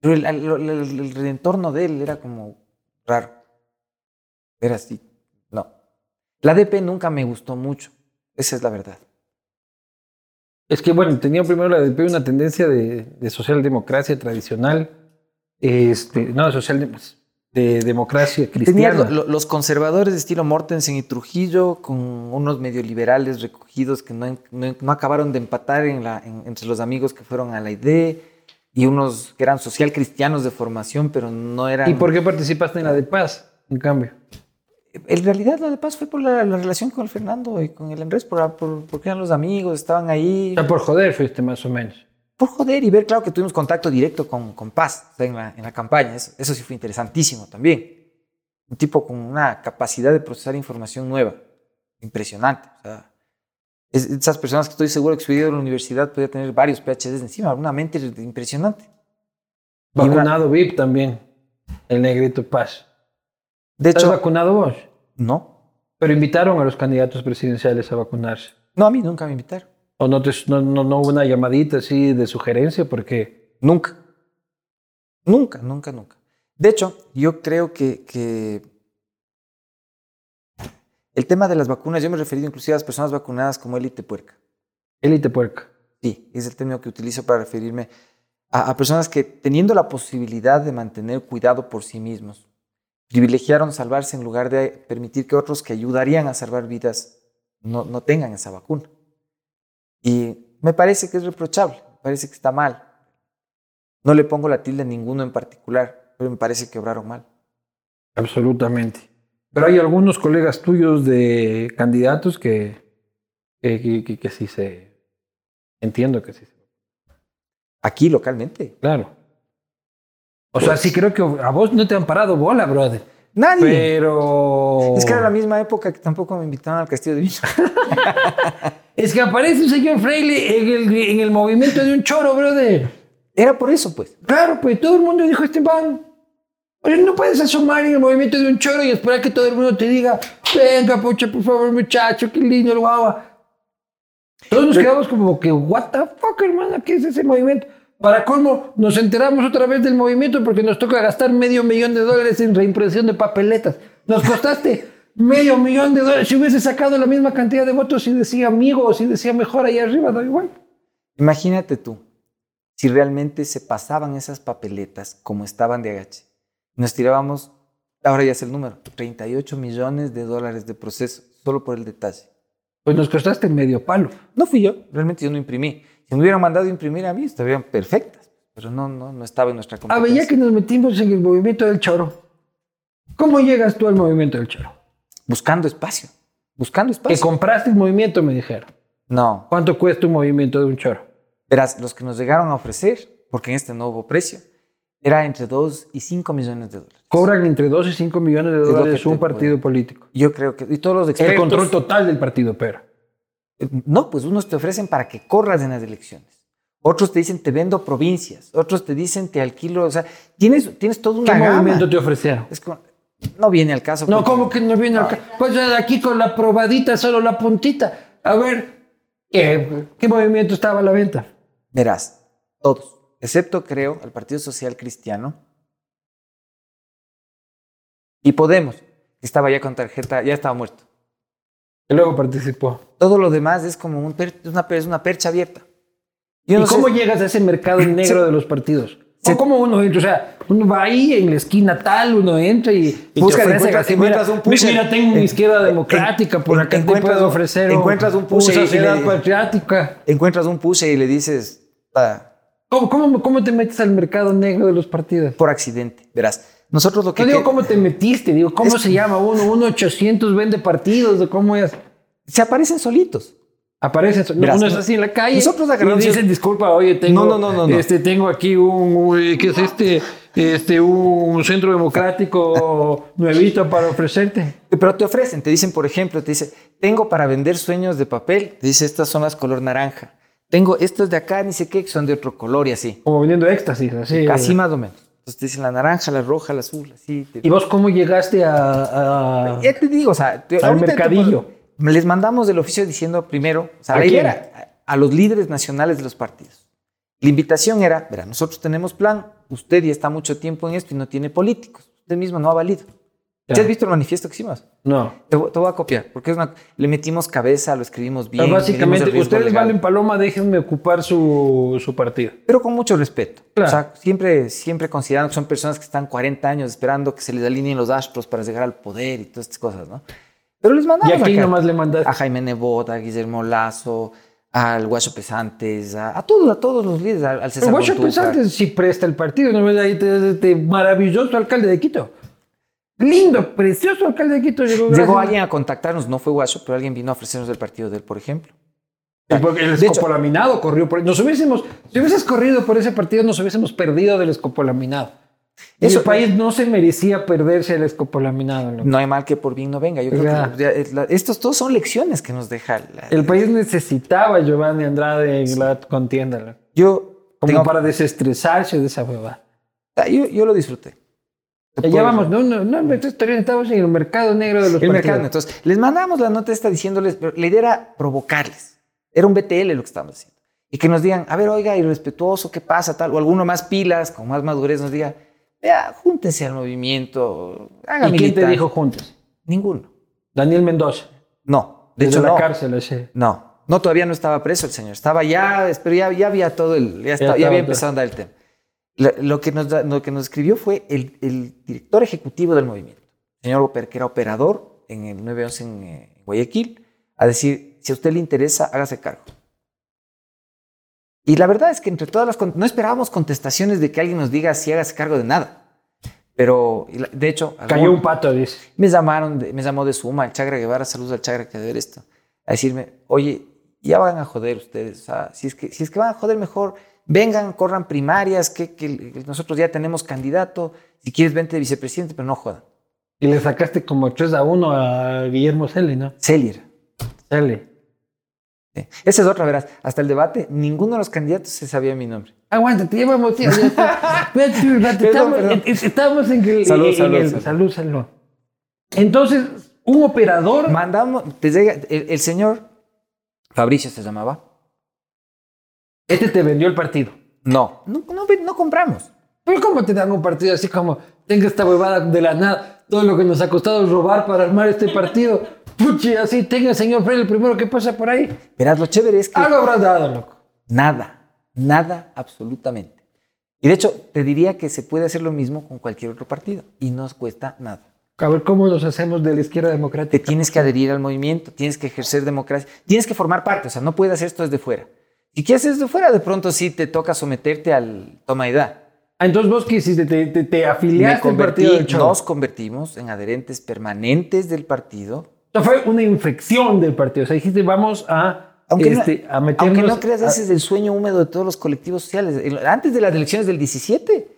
Pero el, el- el- el- el entorno de él era como raro. Era así. No. La DP nunca me gustó mucho. Esa es la verdad.
Es que, bueno, tenía primero la DP una tendencia de, de socialdemocracia tradicional. Este, no, social de democracia
Tenía
cristiana.
lo- lo- los conservadores de estilo Mortensen y Trujillo con unos medio liberales recogidos que no, en- no en- no acabaron de empatar en la- en- entre los amigos que fueron a la ID y unos que eran social cristianos de formación, pero no eran...
¿Y por qué participaste en la de Paz, en cambio?
En realidad la de paz fue por la, la relación con el Fernando y con el Andrés, por, por- porque eran los amigos, estaban ahí.
O sea, por joder fuiste más o menos.
por pues, joder y ver, claro que tuvimos contacto directo con, con Paz o sea, en, la, en la campaña. Eso, eso sí fue interesantísimo también. Un tipo con una capacidad de procesar información nueva. Impresionante. O sea, es- esas personas que estoy seguro que su video de la universidad podía tener varios PhDs encima, una mente impresionante. Y una-
Vacunado VIP también, el negrito Paz.
de
¿Estás
hecho,
vacunado vos?
no.
Pero invitaron a los candidatos presidenciales a vacunarse.
No, a mí nunca me invitaron.
¿O no, te, no, no- no hubo una llamadita así de sugerencia? Porque
Nunca. Nunca, nunca, nunca. De hecho, yo creo que, que el tema de las vacunas, yo me he referido inclusive a las personas vacunadas como élite puerca.
élite puerca.
Sí, es el término que utilizo para referirme a, a personas que teniendo la posibilidad de mantener cuidado por sí mismos, privilegiaron salvarse en lugar de permitir que otros que ayudarían a salvar vidas no, no tengan esa vacuna. Y me parece que es reprochable, me parece que está mal. No le pongo la tilde a ninguno en particular, pero me parece que obraron mal.
Absolutamente. Pero hay algunos colegas tuyos de candidatos que, que, que- que- que sí se... Entiendo que sí. se-
Aquí localmente.
Claro. O sea,
Pues-
sí creo que a vos no te han parado bola, brother.
Nadie.
Pero...
Es que era la misma época que tampoco me invitaron al Castillo de Villa.
Es que aparece un señor Fraile en el, en el movimiento de un choro, brother.
Era por eso, pues.
Claro, pues todo el mundo dijo, Esteban, oye, no puedes asomar en el movimiento de un choro y esperar que todo el mundo te diga, venga, pucha, por favor, muchacho, qué lindo el guagua. Todos nos quedamos como que, what the fuck, hermano, ¿qué es ese movimiento? Para colmo, nos enteramos otra vez del movimiento porque nos toca gastar medio millón de dólares en reimpresión de papeletas. Nos costaste medio millón de dólares. Si hubiese sacado la misma cantidad de votos, si decía amigo o si decía mejor ahí arriba, da igual.
Imagínate tú, si realmente se pasaban esas papeletas como estaban de agache. Nos tirábamos, ahora ya es el número, 38 millones de dólares de proceso, solo por el detalle.
Pues nos costaste medio palo.
No fui yo, realmente yo no imprimí. Si me hubieran mandado imprimir a mí, estarían perfectas, pero no, no, no estaba en nuestra
Ah, veía
competencia.
que nos metimos en el movimiento del choro. ¿Cómo llegas tú al movimiento del choro?
Buscando espacio. Buscando
Que
espacio.
compraste el movimiento, me dijeron.
No.
¿Cuánto cuesta un movimiento de un choro?
Verás, los que nos llegaron a ofrecer, porque en este no hubo precio, era entre 2 y 5 millones de dólares.
Cobran entre 2 y 5 millones de
lo que
dólares
te
un
puedo-
partido político.
Yo creo que. Y todos los expertos.
El control total del partido, pero.
Eh, No, pues unos te ofrecen para que corras en las elecciones. Otros te dicen te vendo provincias. Otros te dicen te alquilo. O sea, tienes, tienes todo
¿Qué
una gama.
movimiento te ofrecieron?
Es como- no viene al caso.
No,
porque-
¿cómo que no viene acá? Pues aquí con la probadita, solo la puntita. A ver, ¿qué, qué movimiento estaba a la venta?
Verás, todos, excepto creo al Partido Social Cristiano y Podemos, que estaba ya con tarjeta, ya estaba muerto.
Y luego participó.
Todo lo demás es como un per- una, per- es una percha abierta.
¿Y
Yo no sé-
cómo llegas a ese mercado negro
Se-
de los partidos?
se-
¿O cómo uno entra? O sea, uno va ahí en la esquina tal, uno entra y,
Y
busca
te
de ese
encuentras-
que mira,
encuentras un pusher.
Mira, tengo una
En-
izquierda
en-
democrática, por
en-
acá te
eh, encuentras
puedo
un-
ofrecer
encuentras un pusher y
una sociedad
le-
patriótica.
encuentras un puse y le dices, "Ah,
¿Cómo, cómo, cómo te metes al mercado negro de los partidos?
por accidente, verás. Nosotros lo que...
No digo
que-
cómo te metiste, digo cómo
Es-
se llama uno, uno 800 vende partidos, de cómo es.
Se aparecen solitos.
Aparecen, no,
Verás,
uno es así en la calle.
nosotros agarramos-
y dicen disculpa, oye, tengo,
No, no, no, no, no.
Este, tengo aquí un, un- ¿qué es este? Este, un centro democrático nuevito para ofrecerte.
Pero te ofrecen, te dicen, por ejemplo, te dice, tengo para vender sueños de papel. Te dice, estas son las color naranja. Tengo estos de acá, ni sé qué, que son de otro color y así.
Como vendiendo éxtasis, así.
Casi más o menos. Entonces te dicen la naranja, la roja, la azul, así.
¿Y vos cómo llegaste a, a-
Ya te digo, o sea, te-
Al
ahorita te
mercadillo.
puedo- les mandamos del oficio diciendo primero, o sea,
¿A
la
quién?
idea era a, a los líderes nacionales de los partidos. La invitación era, verá, nosotros tenemos plan, usted ya está mucho tiempo en esto y no tiene políticos, usted mismo no ha valido.
Ya.
¿Ya has visto el manifiesto que hicimos?
No.
Te, vo- te voy a copiar, porque es una- le metimos cabeza, lo escribimos bien. medimos el
básicamente,
riesgo
ustedes
legal,
valen paloma, déjenme ocupar su, su partido.
Pero con mucho respeto.
Claro.
O sea, siempre, siempre considerando que son personas que están 40 años esperando que se les alineen los astros para llegar al poder y todas estas cosas, ¿no? Pero les
Y
mandamos
aquí
acá
nomás le mandaste.
a Jaime Nebot, a Guillermo Lazo, al Guacho Pesantes, a, a todos, a todos los líderes, al, al César
Pero Guacho
Bontuca.
Pesantes sí presta el partido, ¿no? Ahí te- este maravilloso alcalde de Quito. Lindo, precioso alcalde de Quito. Llegó, gracias.
Llegó alguien a contactarnos, no fue Guacho, pero alguien vino a ofrecernos el partido de él, por ejemplo.
Y porque el
De hecho-
escopolaminado corrió por Nos hubiésemos, si hubieses corrido por ese partido, nos hubiésemos perdido del escopolaminado. Ese
Eso-
país no se merecía perderse el escopolaminado. loco.
No hay mal que por bien no venga. Yo creo
Ya.
que ya es la- estos todos son lecciones que nos deja. la-
El país necesitaba a Giovanni Andrade en la contienda, loco,
yo,
como
tengo-
para desestresarse de esa huevada.
yo, yo lo disfruté. Te
Ya
puedo-
vamos, no, no, no, no, esto todavía estamos en el mercado negro de los
El
partidos.
mercado. Entonces, les mandamos la nota esta diciéndoles, pero la idea era provocarles. Era un BTL lo que estábamos haciendo. Y que nos digan, a ver, oiga, irrespetuoso, ¿qué pasa? Tal. O alguno más pilas, con más madurez, nos diga, vea, júntense al movimiento, haga
¿Y quién te
militar".
dijo juntos?
Ninguno.
Daniel Mendoza.
No. De
Desde
hecho,
la
no.
cárcel ese.
No. No, todavía no estaba preso el señor. Estaba ya, pero ya, ya había todo el. Ya, estaba- ya
estaba
había
todo.
empezado a andar el tema. La- Lo que nos, da- lo que nos escribió fue el, el director ejecutivo del movimiento, señor Oper, que era operador en el 911 en eh, Guayaquil, a decir: si a usted le interesa, hágase cargo. Y la verdad es que entre todas las. con- No esperábamos contestaciones de que alguien nos diga si hágase cargo de nada. Pero, y la- de hecho.
Cayó
algún-
un pato, dice.
me llamaron, de- me llamó de Suma, el Chagra Guevara, saludos al Chagra que debe ver esto, a decirme, oye, ya van a joder ustedes, o sea, si es que, si es que van a joder mejor, vengan, corran primarias, que, que nosotros ya tenemos candidato, si quieres vente de vicepresidente, pero no jodan.
Y le sacaste como 3 a 1 a Guillermo Celi, ¿no?
Celir.
Celi.
¿eh? Esa es otra, verás, hasta el debate, ninguno de los candidatos se sabía mi nombre.
Aguanta, te llevamos tío. ya está. Espérate, espérate, estamos,
perdón.
es- Estamos en que.
Salud,
en
salud,
el-
salud.
salud, salud. Entonces, un operador.
Mandamos, te llega, el, el señor, Fabricio se llamaba,
Este te vendió el partido.
no, no, no, ve- no compramos.
Pero ¿cómo te dan un partido así como tenga esta huevada de la nada? Todo lo que nos ha costado robar para armar este partido. Puchi, así tenga, señor Fred, el primero que pasa por ahí.
Verás, lo chévere es que...
Algo habrás dado, loco.
Nada, nada absolutamente. Y de hecho, te diría que se puede hacer lo mismo con cualquier otro partido y no os cuesta nada.
A ver cómo nos hacemos de la izquierda
Te
democrática.
tienes que adherir al movimiento, tienes que ejercer democracia, tienes que formar parte, o sea, no puedes hacer esto desde fuera. Si quieres hacer desde fuera, de pronto sí te toca someterte al toma y da.
Ah, entonces vos que hiciste, te, te, te
Me
afiliaste al
convertí,
partido del Cholo.
nos convertimos en adherentes permanentes del partido.
O sea, fue una infección del partido. O sea, dijiste, vamos a,
Aunque,
este,
no,
a
aunque
meternos.
no creas,
a-
ese es el sueño húmedo de todos los colectivos sociales. El- Antes de las elecciones del 17,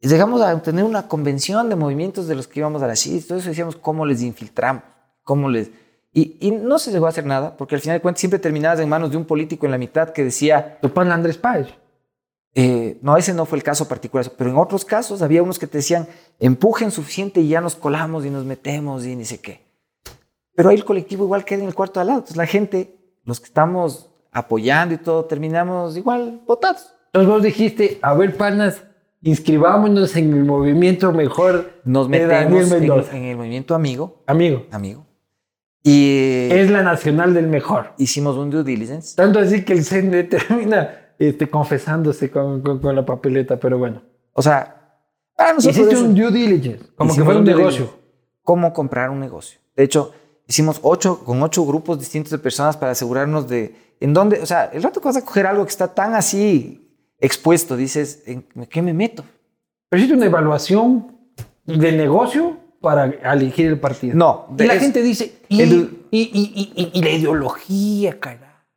llegamos a tener una convención de movimientos de los que íbamos a la CIS. Todo eso decíamos cómo les infiltramos, cómo les... Y, y no se llegó a hacer nada, porque al final de cuentas siempre terminabas en manos de un político en la mitad que decía,
Tu pan Andrés Páez.
eh, no, ese no fue el caso particular, pero en otros casos había unos que te decían, empujen suficiente y ya nos colamos y nos metemos y ni sé qué. Pero ahí el colectivo igual queda en el cuarto de al lado. Entonces la gente, los que estamos apoyando y todo, terminamos igual votados.
Entonces vos dijiste, a ver, panas, inscribámonos en el movimiento mejor
Nos
de Daniel
metemos en,
Mendoza.
en el movimiento amigo,
Amigo,
amigo. Y eh,
es la nacional del mejor.
hicimos un due diligence.
Tanto así que el CNE termina este, confesándose con, con- con la papeleta, pero bueno.
O sea, para nosotros
Hiciste
eso-
un due diligence, como que
Hicimos
fue un
due
negocio.
diligence. Cómo comprar un negocio. De hecho, hicimos ocho, con ocho grupos distintos de personas para asegurarnos de en dónde, o sea, el rato que vas a coger algo que está tan así expuesto, dices, ¿en qué me meto?
Pero hiciste una evaluación de negocio para elegir el partido.
No,
Y la
es-
gente dice, y,
el-
y- y- y- y- y la ideología, cara.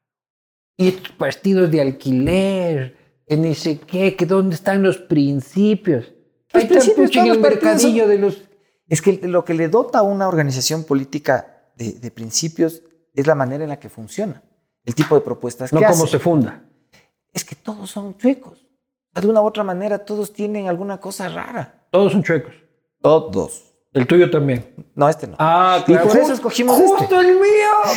Y estos partidos de alquiler, que ni sé qué, que dónde están los principios.
Los
Ahí está,
principios,
pucha, en
todos
el
los partidos son-
mercadillo de los...
Es que lo que le dota a una organización política de, de principios es la manera en la que funciona, el tipo de propuestas
No
que
como
hace.
se funda.
Es que todos son chuecos. De una u otra manera, todos tienen alguna cosa rara.
Todos son chuecos.
Todos.
El tuyo también.
No, este no.
Ah,
claro. Ju- justo
Justo el mío.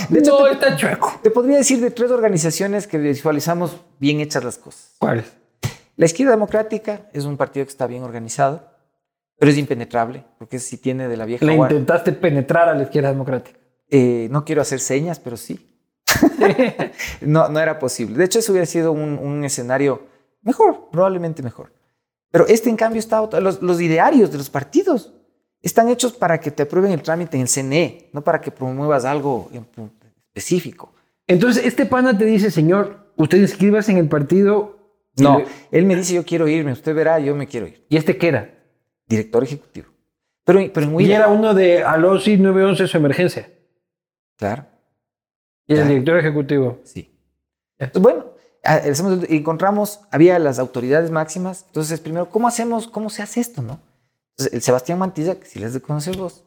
De hecho,
no,
te-
está chueco.
Te podría decir de tres organizaciones que visualizamos bien hechas las cosas.
¿Cuál es?
La izquierda democrática es un partido que está bien organizado, pero es impenetrable, porque si tiene de la vieja
Le
guardia.
intentaste penetrar a la izquierda democrática.
Eh, no quiero hacer señas, pero sí. no, no era posible. De hecho, eso hubiera sido un, un escenario mejor, probablemente mejor. Pero este, en cambio, está otra- los, los idearios de los partidos están hechos para que te aprueben el trámite en el CNE, no para que promuevas algo en pu- específico.
Entonces, este pana te dice, señor, usted inscríbase en el partido. y
No,
le-
él me dice yo quiero irme, usted verá, yo me quiero ir.
¿Y este qué era?
director ejecutivo. Pero, pero en
y
Huila-
era uno de Alosi 911 su emergencia.
Claro,
Y era el
Claro.
director ejecutivo.
sí.
Ya.
Entonces, bueno, a- hacemos- encontramos, había las autoridades máximas. Entonces, primero, ¿cómo hacemos, cómo se hace esto, no? Entonces, el Sebastián Mantilla, que si les de conocer vos,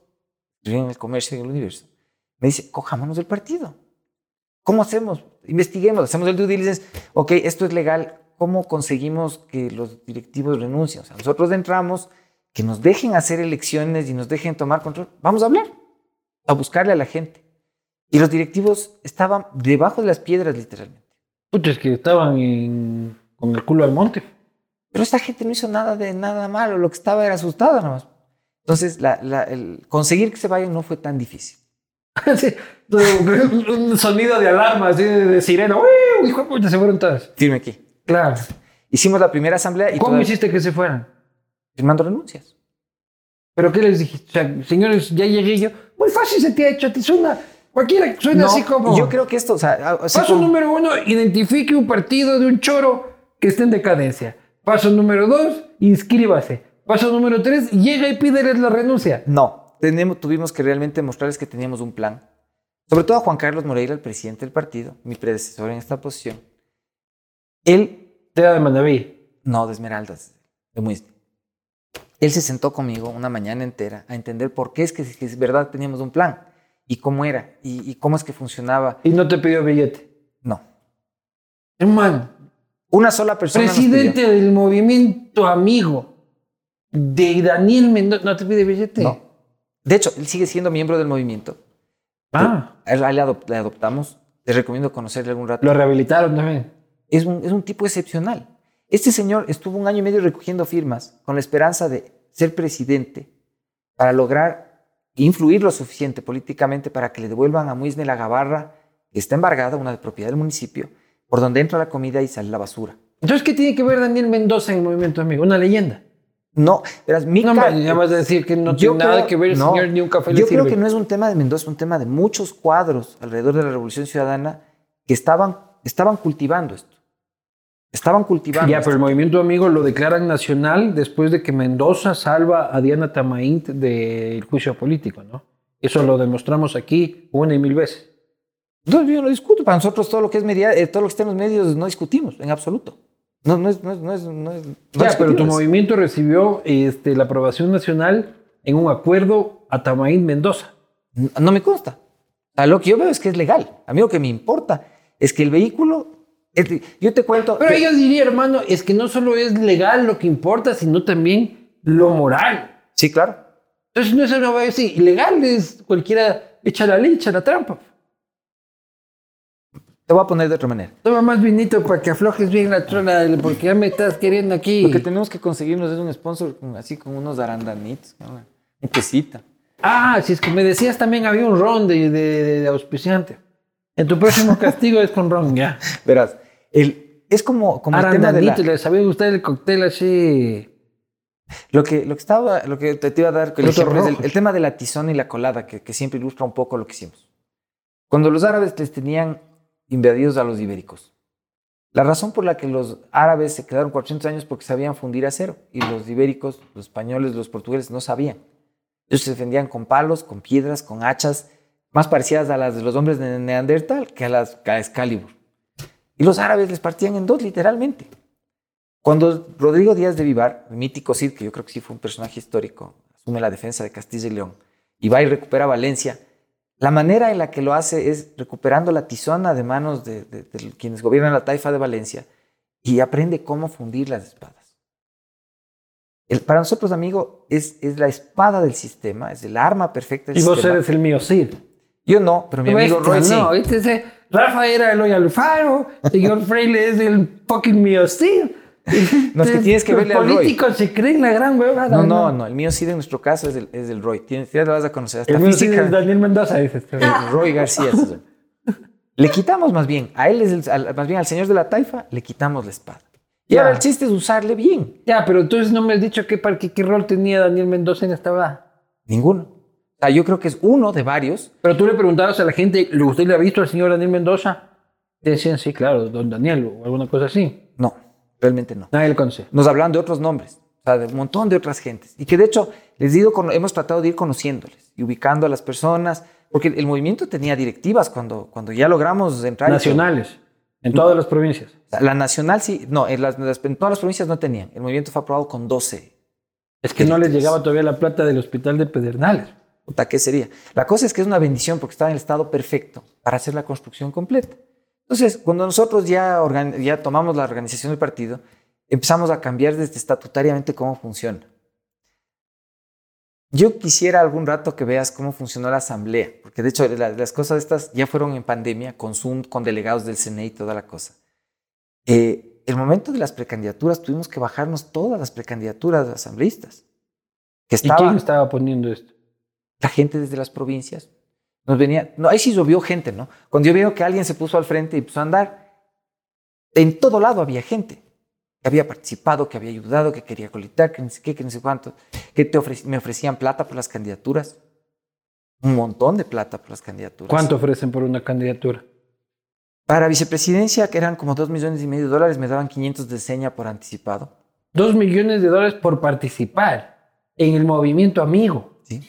estudió en el comercio y en el universo, me dice, cojámonos del partido. ¿Cómo hacemos? Investiguemos, hacemos el due diligence. Ok, esto es legal. ¿Cómo conseguimos que los directivos renuncien? O sea, nosotros entramos, que nos dejen hacer elecciones y nos dejen tomar control. Vamos a hablar, a buscarle a la gente. Y los directivos estaban debajo de las piedras, literalmente.
Puta, es que estaban en- con el culo al monte.
Pero esta gente no hizo nada de nada malo, lo que estaba era asustada nomás. Entonces, la- la- el conseguir que se vayan no fue tan difícil.
Sí, un un sonido de alarma, así de, de sirena. ¡Uy, hijo de puta! Se fueron todas.
Firme aquí.
Claro.
Hicimos la primera asamblea y
¿Cómo
todavía-
hiciste que se fueran?
firmando renuncias.
¿Pero qué les dijiste? O sea, señores, ya llegué yo. Muy fácil se te ha hecho, te suena. Cualquiera que suena
No,
así como.
Yo creo que esto, o sea, a- así
Paso
como-
número uno, identifique un partido de un choro que esté en decadencia. Paso número dos, inscríbase. Paso número tres, llega y pídeles la renuncia.
No, tenemos, tuvimos que realmente mostrarles que teníamos un plan. Sobre todo a Juan Carlos Moreira, el presidente del partido, mi predecesor en esta posición. Él,
Era de Manaví.
no, de Esmeraldas, de Muisne. Él se sentó conmigo una mañana entera a entender por qué es que, que es verdad teníamos un plan y cómo era y, y cómo es que funcionaba.
Y no te pidió billete.
No,
Hermano,
una sola persona. nos pidió.
presidente del movimiento amigo de Daniel Mendoza, ¿no te pide billete?
No. De hecho, él sigue siendo miembro del movimiento.
Ah,
A él- a él le, adop- le adoptamos. Te recomiendo conocerle algún rato.
lo rehabilitaron también.
es un, es un tipo excepcional. Este señor estuvo un año y medio recogiendo firmas con la esperanza de ser presidente para lograr influir lo suficiente políticamente para que le devuelvan a Muisne la gabarra que está embargada, una de propiedad del municipio, por donde entra la comida y sale la basura.
Entonces, ¿qué tiene que ver Daniel Mendoza en el movimiento amigo? Una leyenda.
No, verás, mi
No,
ca-
hombre, ya vas a decir que no
yo
tiene nada
creo-
que ver el
no,
señor ni un café le
Yo creo
sirve.
que no es un tema de Mendoza, es un tema de muchos cuadros alrededor de la Revolución Ciudadana que estaban, estaban cultivando esto. Estaban cultivando.
Ya, pero el movimiento amigo lo declaran nacional después de que Mendoza salva a Diana Tamaín del juicio político, ¿no? Eso lo demostramos aquí una y mil veces.
Entonces yo no discuto. Para nosotros todo lo que es media, eh, todo lo que está en los medios no discutimos, en absoluto. No, no es, no es, no es, no es- no
Ya, pero tu
discutimos.
movimiento recibió este, la aprobación nacional en un acuerdo a Tamaín Mendoza.
N- No me consta. A lo que yo veo es que es legal. A mí lo que me importa es que el vehículo. es de- yo te cuento.
Pero
que-
yo diría, hermano, es que no solo es legal lo que importa, sino también lo moral.
Sí, claro.
Entonces no es una vez así. Ilegal es cualquiera echa la ley, echa la trampa.
Te voy a poner de otra manera.
Toma más vinito para que aflojes bien la trola, porque ya me estás queriendo aquí.
Lo que tenemos que conseguirnos es un sponsor con- así con unos arandanitos, ¿no? un quesita.
Ah, si es que me decías también había un ron de, de- de- de auspiciante. En tu próximo castigo es con ron, ya.
Verás, el, es como, como el tema de la-
Arandanito, le sabía gustar el cóctel así.
lo que lo que estaba, lo que te, te iba a dar, el,
Frutos
ejemplo es el-
rojos.
el tema de la tizona y la colada que, que siempre ilustra un poco lo que hicimos. Cuando los árabes les tenían invadidos a los ibéricos, la razón por la que los árabes se quedaron 400 años porque sabían fundir acero y los ibéricos, los españoles, los portugueses no sabían. Ellos se defendían con palos, con piedras, con hachas, más parecidas a las de los hombres de Neandertal que a las que a Excalibur. Y los árabes les partían en dos, literalmente. Cuando Rodrigo Díaz de Vivar, el mítico Cid, que yo creo que sí fue un personaje histórico, asume la defensa de Castilla y León y va y recupera Valencia, la manera en la que lo hace es recuperando la tizona de manos de, de- de quienes gobiernan la taifa de Valencia y aprende cómo fundir las espadas. El- para nosotros, amigo, es, es la espada del sistema, es el arma perfecta del
Y vos
sistema.
eres el mío, sí.
Yo no, pero Pues mi amigo Roy sí.
No, este es- Rafa era el Alfaro, señor Freire es el fucking mío, sí.
No, es que tienes que verle al
Los
Roy.
políticos se creen la gran huevada.
No, no, no. El mío sí, en nuestro caso, es el, es el Roy. Tienes, ya lo vas a conocer. Hasta
El mío sí
física-
es Daniel Mendoza, dices. tú.
el Roy García. se llama. Le quitamos más bien, a él, es el- al- más bien al señor de la taifa, le quitamos la espada. Y
Ya.
ahora el chiste es usarle bien.
Ya, pero entonces no me has dicho qué, par- qué, qué rol tenía Daniel Mendoza en esta boda.
Ninguno. O sea, yo creo que es uno de varios.
Pero tú le preguntabas a la gente, ¿le usted le ha visto al señor Daniel Mendoza? Te decían, sí, claro, don Daniel o alguna cosa así.
No, realmente no.
Nadie le conoce.
Nos hablan de otros nombres, o sea, de un montón de otras gentes. Y que de hecho les he ido cono- hemos tratado de ir conociéndoles y ubicando a las personas, porque el, el movimiento tenía directivas cuando, cuando ya logramos entrar. y-
Nacionales, en todas las provincias.
La nacional sí, no, en, las- en todas las provincias no tenían. El movimiento fue aprobado con 12
Es que no les llegaba todavía la plata del hospital de Pedernales.
Puta, ¿qué sería? La cosa es que es una bendición porque estaba en el estado perfecto para hacer la construcción completa. Entonces, cuando nosotros ya, organ- ya tomamos la organización del partido, empezamos a cambiar desde estatutariamente cómo funciona. Yo quisiera algún rato que veas cómo funcionó la asamblea, porque de hecho la- las cosas estas ya fueron en pandemia, con Zoom, con delegados del CNE y toda la cosa. Eh, el momento de las precandidaturas tuvimos que bajarnos todas las precandidaturas de asambleístas. Que
¿Y quién estaba poniendo esto?
la gente desde las provincias nos venía. No, ahí sí llovió gente, ¿no? Cuando yo veo que alguien se puso al frente y empezó a andar, en todo lado había gente que había participado, que había ayudado, que quería colitar, que no sé qué, que no sé cuánto, que te ofre- me ofrecían plata por las candidaturas. Un montón de plata por las candidaturas.
¿Cuánto ofrecen por una candidatura?
Para vicepresidencia, que eran como dos millones y medio de dólares, me daban 500 de seña por anticipado.
Dos millones de dólares por participar en el movimiento amigo.
¿sí?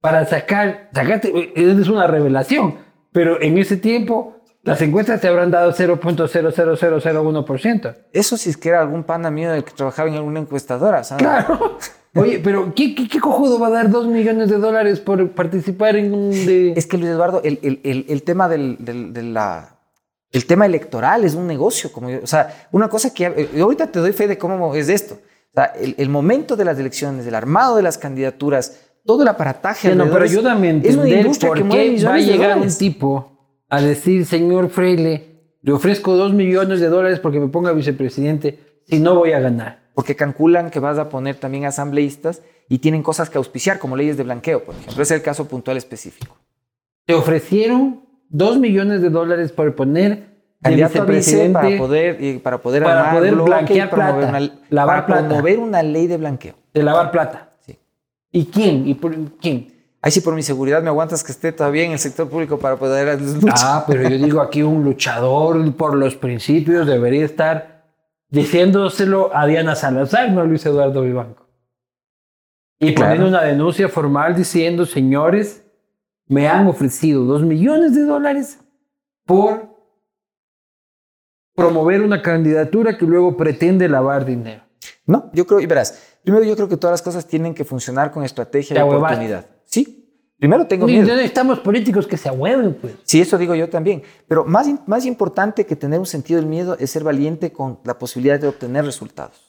Para sacar, sacarte, eh, es una revelación. Pero en ese tiempo, las encuestas te habrán dado 0.00001%.
Eso si es que era algún pana mío del que trabajaba en alguna encuestadora. o sea,
Claro. Oye, pero ¿qué, qué, qué cojudo va a dar dos millones de dólares por participar en un de...
Es que Luis Eduardo, el, el- el- el tema del, del- de la- el tema electoral es un negocio, como yo- o sea, una cosa que eh, ahorita te doy fe de cómo es esto. O sea, el, el momento de las elecciones, el armado de las candidaturas, todo el aparataje.
Bueno, pero
alrededor es-
ayúdame a
es una
entender
industria que
por
mueve
qué va a
millones de
llegar un
dólares.
tipo a decir, señor Freile, le ofrezco dos millones de dólares porque me ponga vicepresidente si no voy a ganar.
Porque calculan que vas a poner también asambleístas y tienen cosas que auspiciar, como leyes de blanqueo, por ejemplo. Ese es el caso puntual específico.
Te ofrecieron dos millones de dólares por poner de
candidato a vice
vicepresidente.
para poder, y para poder
Para
armar
poder
bloque y
blanquear
promover
plata,
una-
lavar
para
plata.
promover una ley de blanqueo.
De lavar plata.
Sí.
¿Y quién? ¿Y por quién?
Ahí sí, por mi seguridad, me aguantas que esté todavía en el sector público para poder luchar.
Ah, pero yo digo aquí un luchador por los principios debería estar diciéndoselo a Diana Salazar, no a Luis Eduardo Vivanco. Y
Claro.
poniendo una denuncia formal diciendo, señores, me han ofrecido dos millones de dólares por promover una candidatura que luego pretende lavar dinero.
No, yo creo, y verás, primero yo creo que todas las cosas tienen que funcionar con estrategia
Te
y
ahuevaste.
oportunidad. Sí, primero tengo
Y
miedo.
necesitamos políticos que se ahueven, pues.
Sí, eso digo yo también. Pero más, im- más importante que tener un sentido del miedo es ser valiente con la posibilidad de obtener resultados.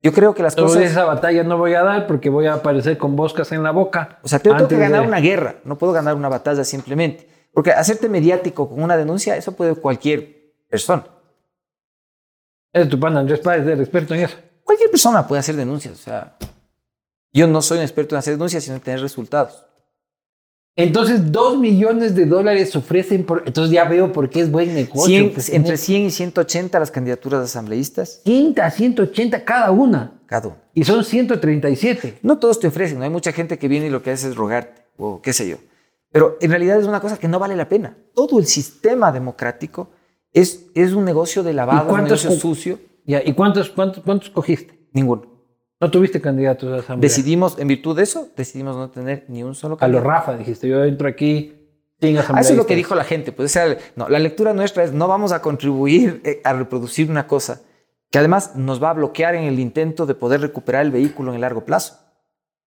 Yo creo que las
Pero
cosas...
esa batalla no voy a dar porque voy a aparecer con boscas en la boca.
O sea, tengo, tengo que
antes
ganar
de-
una guerra, no puedo ganar una batalla simplemente. Porque hacerte mediático con una denuncia, eso puede cualquier persona.
Es tu pan Andrés Páez, el experto en eso.
Cualquier persona puede hacer denuncias. O sea, yo no soy un experto en hacer denuncias, sino en tener resultados.
Entonces, dos millones de dólares ofrecen por... Entonces ya veo por qué es buen negocio.
100,
pues,
entre
tener
100 y 180 las candidaturas de asambleístas,
100 a 180 cada una.
cada uno.
Y son 137.
No todos te ofrecen, no hay mucha gente que viene y lo que hace es rogarte o qué sé yo. Pero en realidad es una cosa que no vale la pena. Todo el sistema democrático es, es un negocio de lavado, un
cuántos
negocio
cu-
sucio.
Ya, ¿Y cuántos, cuántos, cuántos cogiste?
Ninguno.
No tuviste candidatos a asamblea.
Decidimos, en virtud de eso, decidimos no tener ni un solo
A los
candidato.
Rafa dijiste, yo entro aquí sin
Ah,
asamblea.
eso es lo que dijo la gente. Pues, o sea, no, la lectura nuestra es no vamos a contribuir eh, a reproducir una cosa que además nos va a bloquear en el intento de poder recuperar el vehículo en el largo plazo.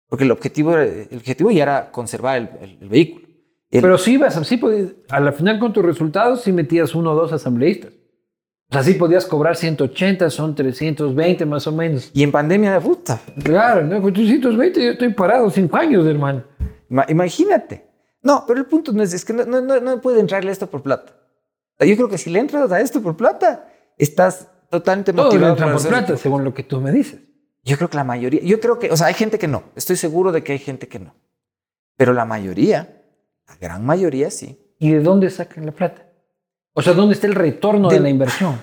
Porque el objetivo, era- el objetivo ya era conservar el, el- el vehículo. El-
Pero sí, ibas a- sí podías- a la final con tus resultados sí metías uno o dos asambleístas. O sea, sí podías cobrar 180, son 320 más o menos.
y en pandemia de puta,
Claro, ¿no? pues con 320 yo estoy parado cinco años, hermano.
ima- imagínate. No, pero el punto no es, es que no, no, no, no puede entrarle esto por plata. Yo creo que si le entras a esto por plata, estás totalmente
Todos
motivado.
entran
para
por
hacer-
plata, según lo que tú me dices.
Yo creo que la mayoría, yo creo que, o sea, hay gente que no, estoy seguro de que hay gente que no, pero la mayoría, la gran mayoría sí.
¿Y de dónde sacan la plata? O sea, ¿dónde está el retorno de,
Del-
la inversión?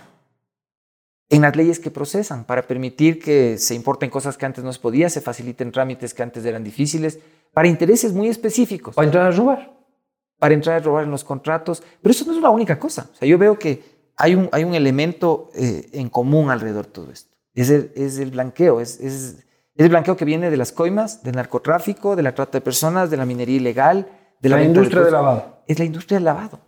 En las leyes que procesan para permitir que se importen cosas que antes no se podía, se faciliten trámites que antes eran difíciles, para intereses muy específicos,
¿O entrar a robar?
para entrar a robar en los contratos, pero eso no es la única cosa. O sea, yo veo que hay un, hay un elemento eh, en común alrededor de todo esto. Es el, es el blanqueo, es, es- es el blanqueo que viene de las coimas, del narcotráfico, de la trata de personas, de la minería ilegal, de la,
la
venta de
industria de
recursos.
lavado.
es la industria del lavado.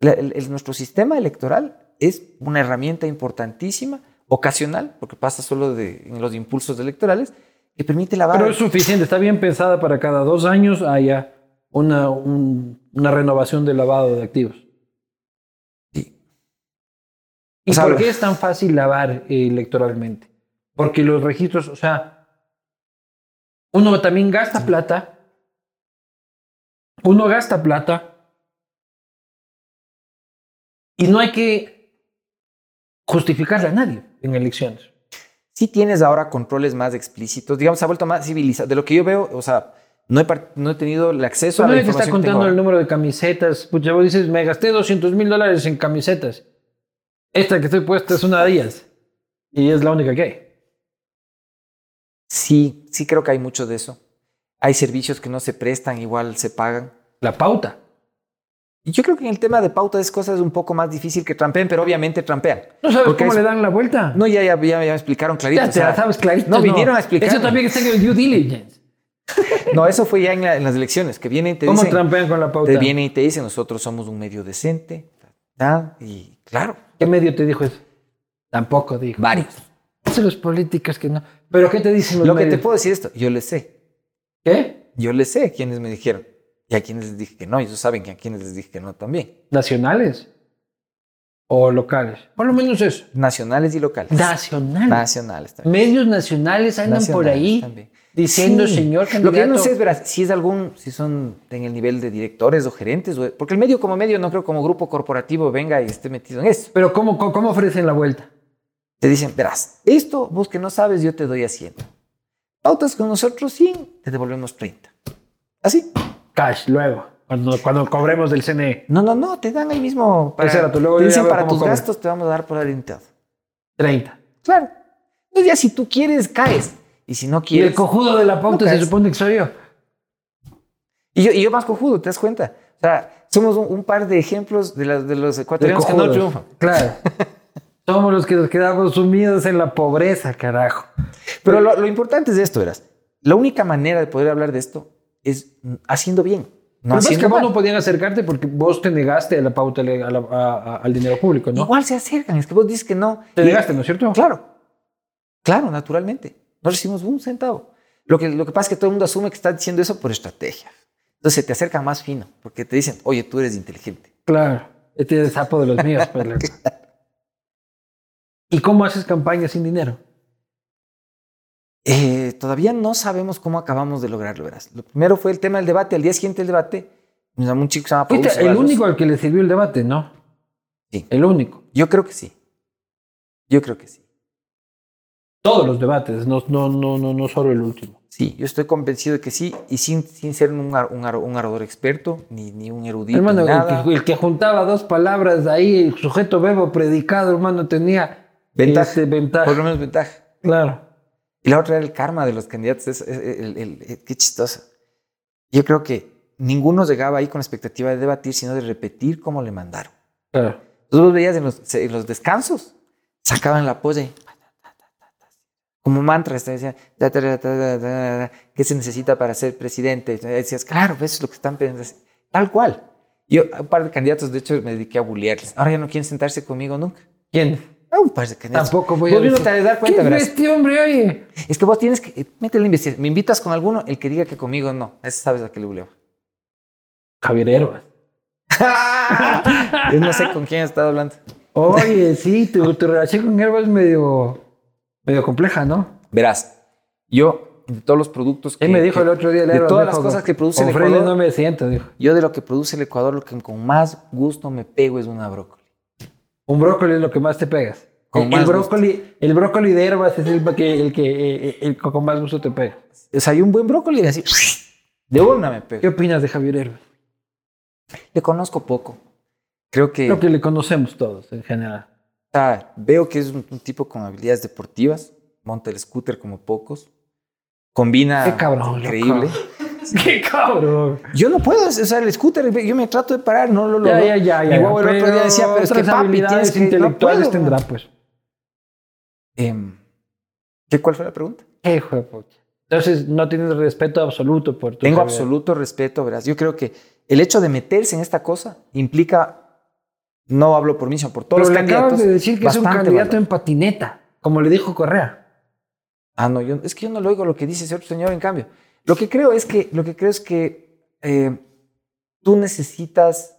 La- el- el- nuestro sistema electoral es una herramienta importantísima, ocasional, porque pasa solo de, en los impulsos electorales, que permite lavar.
Pero es suficiente, está bien pensada para cada dos años haya una, un- una renovación de lavado de activos.
Sí.
¿Y
O sea,
por
lo-
qué es tan fácil lavar eh, electoralmente? Porque los registros, o sea, uno también gasta plata, uno gasta plata y no hay que justificarle a nadie en elecciones.
sí tienes ahora controles más explícitos, digamos, se ha vuelto más civilizado. De lo que yo veo, o sea, no he, par- no he tenido el acceso a
Uno
la
que te está
información. que tengo
contando el
ahora.
número de camisetas. Pucha, vos dices, me gasté 200 mil dólares en camisetas. Esta que estoy puesta es una de ellas. Y es la única que hay.
Sí, sí creo que hay mucho de eso. Hay servicios que no se prestan, igual se pagan.
La pauta.
Y yo creo que en el tema de pauta es cosas un poco más difícil que trampean, pero obviamente trampean.
¿No sabes
Porque
cómo
es-
le dan la vuelta?
No, ya, ya, ya, ya me explicaron clarito.
ya
o
te la
sea,
sabes clarito.
No, vinieron a explicar.
Eso también está en el due diligence.
No, eso fue ya en, la- en las elecciones, que vienen y te
¿Cómo
dicen,
trampean con la pauta?
te vienen y te dicen, nosotros somos un medio decente, ta, ta, y claro,
¿Qué medio te dijo eso? Tampoco dijo.
varios.
Eso los políticos que no. ¿Pero qué te dicen los
Lo que te
medios?
puedo decir esto, yo le sé,
¿Qué?
yo le sé a quienes me dijeron y a quienes les dije que no, y ellos saben que a quienes les dije que no también,
¿Nacionales? ¿O locales? Por lo menos eso.
nacionales y locales.
Nacionales.
Nacionales también.
Medios nacionales andan por
Nacionales
ahí
también.
diciendo,
Sí.
señor candidato.
Lo que yo no sé es verás, si es algún, si son en el nivel de directores o gerentes, o- porque el medio como medio no creo como grupo corporativo venga y esté metido en eso.
Pero ¿cómo, cómo, cómo ofrecen la vuelta?
Te dicen, verás, esto vos que no sabes, yo te doy a 100. Pautas con nosotros 100, te devolvemos 30. ¿Así?
Cash, luego, cuando, cuando cobremos del E, CNE.
No, no, no, te dan el mismo. Para,
Espérate, luego
te
yo ya
dicen,
veo
para
cómo
tus
cobro".
gastos te vamos a dar por adelantado.
30.
Claro. Entonces ya si tú quieres, caes. Y si
Y
no
el
quieres...
cojudo de la pauta
No,
se
cash.
supone que soy yo.
Y yo, y yo más cojudo, ¿te das cuenta? O sea, somos un, un par de ejemplos de, las- de los
De
ecuatorianos que no
cojudos.
triunfan.
Claro. Somos los que nos quedamos sumidos en la pobreza, carajo.
Pero lo, lo importante es esto, verás. La única manera de poder hablar de esto es mm, haciendo bien. No
No, es que
haciendo
vos
mal.
no podían acercarte porque vos te negaste a la pauta, le- a la- a- a- al dinero público, ¿no?
Igual se acercan, es que vos dices que no.
Te
Y-
negaste, ¿no es cierto?
Claro, claro, naturalmente. No recibimos un centavo. Lo que, lo que pasa es que todo el mundo asume que está diciendo eso por estrategia. Entonces se te acercan más fino, porque te dicen, oye, tú eres inteligente.
Claro. Este es el sapo de los míos. pues, la- ¿Y cómo haces campaña sin dinero?
Eh, todavía no sabemos cómo acabamos de lograrlo, verás. Lo primero fue el tema del debate. Al día siguiente del debate, nos llamó un chico que se llama Paul
Fuiste el
Ceballos.
único al que le sirvió el debate, ¿no?
Sí.
El único.
Yo creo que sí. Yo creo que sí.
Todos los debates, no, no, no, no, no solo el último.
Sí, yo estoy convencido de que sí, y sin, sin ser un, ar- un, ar- un orador experto, ni, ni un erudito,
hermano,
ni nada.
el que, el que juntaba dos palabras de ahí, el sujeto verbo predicado, hermano, tenía
Ventaja.
este, ventaja.
Por lo menos ventaja.
Claro.
Y la otra era el karma de los candidatos. Es, es- el- el- el- qué chistoso. Yo creo que ninguno llegaba ahí con la expectativa de debatir, sino de repetir como le mandaron.
Claro.
Entonces vos veías en los, en los descansos, sacaban la polla y como mantras, te decían, "Ta, ta, ta, ta, ta, ta, ta, ¿qué se necesita para ser presidente? Y decías, claro, pues, eso es lo que están pensando, tal cual. Yo, a un par de candidatos, de hecho, me dediqué a bullearles. Ahora ya no quieren sentarse conmigo nunca.
¿Quién?
A un par de candidatos.
Tampoco voy
Vos
a
mismo
decir,
te has de dar cuenta,
¿Quién es
verás.
este hombre, oye?
Es que vos tienes que, eh, métele la investigación. Me invitas con alguno, el que diga que conmigo no. Ese sabes a qué le buleo.
Javier Herbas.
Yo no sé con quién he estado hablando.
Oye, sí, tu, tu relación con Herbas es medio, medio compleja, ¿no?
Verás, yo, de todos los productos que.
Él me dijo
que-
el otro día, el
de
Herbas,
todas
me
las
dijo,
cosas que produce
"Con
el
Freddy
Ecuador".
no me siento, dijo.
Yo de lo que produce el Ecuador, lo que con más gusto me pego es una brócoli.
Un brócoli es lo que más te pegas.
Con
el,
más
el brócoli, el brócoli de Herbas es el que, el que eh, el que con más gusto te pega.
O sea, hay un buen brócoli y así, de una me
¿Qué
pego.
opinas de Javier Herbas?
Le conozco poco. Creo que,
Lo que le conocemos todos en general.
o sea, veo que es un, un tipo con habilidades deportivas. Monta el scooter como pocos. Combina.
Qué cabrón, loco.
Ah, Increíble.
¡Qué cabrón!
Yo no puedo usar el scooter, yo me trato de parar, no lo logro.
Ya, ya, ya.
Mi
ya,
guagua el otro
pero
día decía, pero es que
otras
papi,
habilidades
tienes que... no
intelectuales
puedo,
tendrá,
man".
pues.
Em, ¿Qué cuál fue la pregunta?
¡Qué hijo de puta! Entonces, no tienes respeto absoluto por tu
Tengo
Javier.
absoluto respeto, verás. Yo creo que el hecho de meterse en esta cosa implica, no hablo por mí, sino por
Pero
todos
le
los candidatos.
acabas de decir que es un
bastante
candidato
valor.
en patineta, como le dijo Correa.
Ah, no, yo, es que yo no lo oigo lo que dice ese otro señor, en cambio. Lo que creo es que, lo que creo es que eh, tú necesitas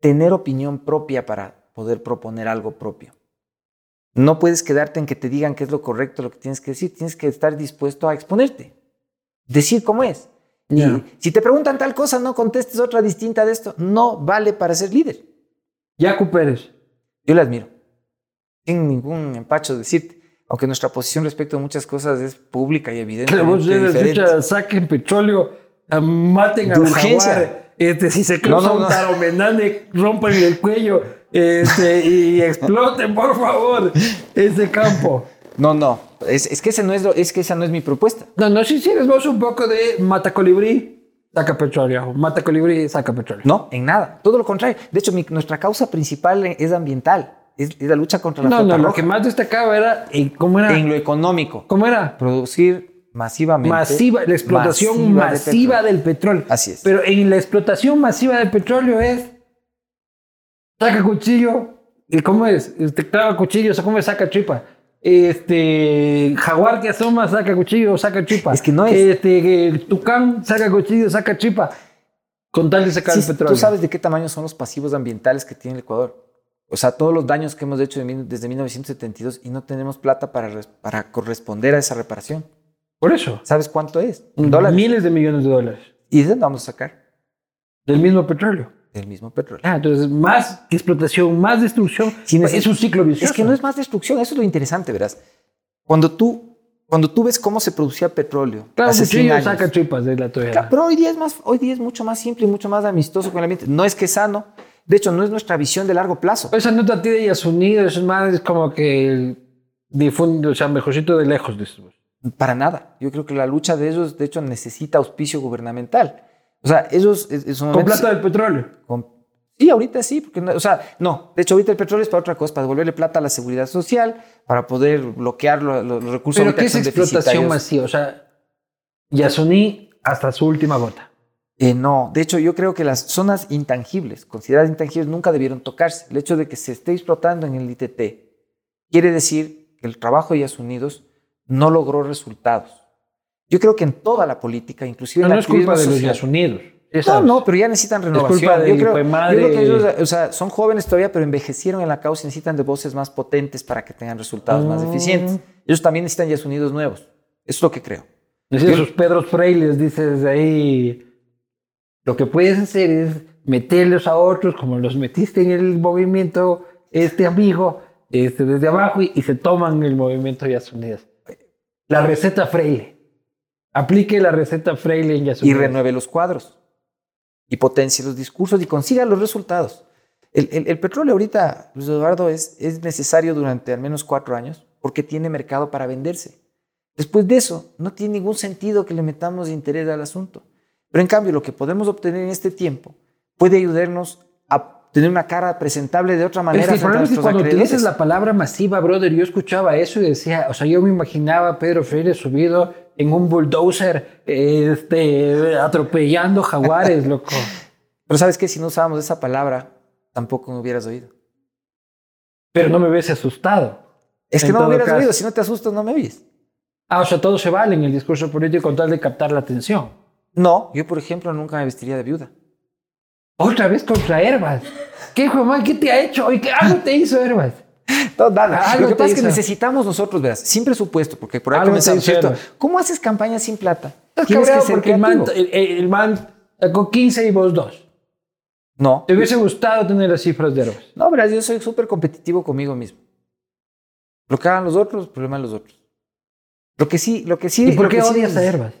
tener opinión propia para poder proponer algo propio. No puedes quedarte en que te digan qué es lo correcto, lo que tienes que decir. Tienes que estar dispuesto a exponerte, decir cómo es. Y
Ya.
si te preguntan tal cosa, no contestes otra distinta de esto. No vale para ser líder.
Yacu Pérez.
Yo la admiro. Sin ningún empacho decirte. Aunque nuestra posición respecto a muchas cosas es pública y evidente.
Pero vos dices, "Chucha, saquen petróleo, ah, maten
De
al
urgencia.
jaguar, este, si se
No,
cruza
no,
un
no.
taromenane, rompan el cuello este, y exploten, por favor, ese campo.
No, no. Es, es que ese no es lo- es que esa no es mi propuesta.
No, no sé si eres vos un poco de mata colibrí, saca petróleo, mata colibrí, saca petróleo.
No, en nada. Todo lo contrario. De hecho, mi- nuestra causa principal es ambiental. Es, es la lucha contra la
No,
flota
no, lo
roja.
que más destacaba era, eh, ¿cómo era?
En lo económico.
¿Cómo era?
Producir masivamente.
Masiva, la explotación
masiva
masiva,
de petróleo.
del petróleo.
Así es.
Pero en la explotación masiva del petróleo es. Saca cuchillo. ¿y ¿Cómo es? Este, clava cuchillo, ¿cómo es? Saca tripa. Este. Jaguar que asoma, saca cuchillo, saca tripa.
Es que no es-
Este. que tucán, saca cuchillo, saca tripa. Con tal de sacar
Sí,
el petróleo.
Tú sabes de qué tamaño son los pasivos ambientales que tiene el Ecuador. O sea, todos los daños que hemos hecho de mil- desde 1972 y no tenemos plata para, res- para corresponder a esa reparación.
Por eso.
¿Sabes cuánto es? En dólares.
Miles de millones de dólares.
¿Y de dónde vamos a sacar?
Del mismo petróleo.
Del mismo petróleo.
Ah, entonces, más explotación, más destrucción.
Sí, no es-
es un ciclo vicioso.
Es que no es más destrucción, eso es lo interesante, verás. Cuando tú, cuando tú ves cómo se producía petróleo
Claro,
hace 100
cuchillo
años,
saca tripas de la toalla.
Claro, pero hoy día es más, hoy día es mucho más simple y mucho más amistoso con el ambiente. No es que es sano, de hecho no es nuestra visión de largo plazo.
Esa nota tiene y Pues a su nido, eso es más como que el difunde, o sea, mejorcito de lejos de estos.
Para nada. Yo creo que la lucha de ellos, de hecho, necesita auspicio gubernamental. O sea, ellos es- en su
Con
momento-
plata del petróleo.
con- Sí, ahorita sí, porque no- o sea, no. De hecho, ahorita el petróleo es para otra cosa, para devolverle plata a la seguridad social, para poder bloquear lo- lo- los recursos.
Pero
ahorita
¿qué
que
es
son
explotación
deficitarios.
masiva? O sea, Yasuní hasta su última gota.
Eh, no, de hecho yo creo que las zonas intangibles, consideradas intangibles, nunca debieron tocarse. El hecho de que se esté explotando en el ITT quiere decir que el trabajo de Yas Unidos no logró resultados. Yo creo que en toda la política, inclusive
Ah, No,
en la
no es culpa de los
activismo social-
Yasunidos. Ya
No,
sabes.
no, pero ya necesitan renovación.
culpa del
yo, creo, yo
hijuemadre.
creo que ellos, o sea, son jóvenes todavía, pero envejecieron en la causa y necesitan de voces más potentes para que tengan resultados más
Mm.
eficientes. Ellos también necesitan Yas Unidos nuevos. Eso es lo que creo.
Es esos Pedros Frailes, dices ahí. Lo que puedes hacer es meterlos a otros, como los metiste en el movimiento, este amigo, este, desde abajo, y, y se toman el movimiento Yasunías. La receta Freile. Aplique la receta Freile en
y
Yasunías.
renueve los cuadros y potencie los discursos y consiga los resultados. El, el- el petróleo ahorita, Luis Eduardo, es, es necesario durante al menos cuatro años porque tiene mercado para venderse. Después de eso, no tiene ningún sentido que le metamos interés al asunto. Pero en cambio, lo que podemos obtener en este tiempo puede ayudarnos a tener una cara presentable de otra manera.
Es que Este, el
frente a
problema es que
nuestros
cuando
acreedores.
utilizas la palabra masiva, brother, yo escuchaba eso y decía, o sea, yo me imaginaba a Pedro Freire subido en un bulldozer, este, atropellando jaguares, loco.
Pero sabes que si no usábamos esa palabra, tampoco me hubieras oído.
Pero no me ves asustado.
Es que
En
no me
todo
hubieras
caso.
oído. Si no te asustas, no me oyes.
Ah, o sea, todo se vale en el discurso político con tal de captar la atención.
No, yo por ejemplo nunca me vestiría de viuda.
Otra vez contra Herbas. ¿Qué, Juan, qué te ha hecho? ¿Y qué algo te hizo Herbas?
No, nada.
Algo
Lo que
te
pasa es que
Ah, hizo.
necesitamos nosotros, verás, sin presupuesto, porque por ahí
Algo te
comenzamos,
hizo,
¿cierto?
Herbas.
¿Cómo haces campaña sin plata?
Estás
Tienes que
cabreado
ser
porque el man,
creativo.
el, el- el man sacó 15 y vos 2.
No,
Te hubiese gustado tener las cifras de Herbas.
no, verás, yo soy súper competitivo conmigo mismo. Lo que hagan los otros, problema de los otros. Lo que sí, lo que sí.
¿Y por
lo
qué
que sí
odias
es-
a Herbas?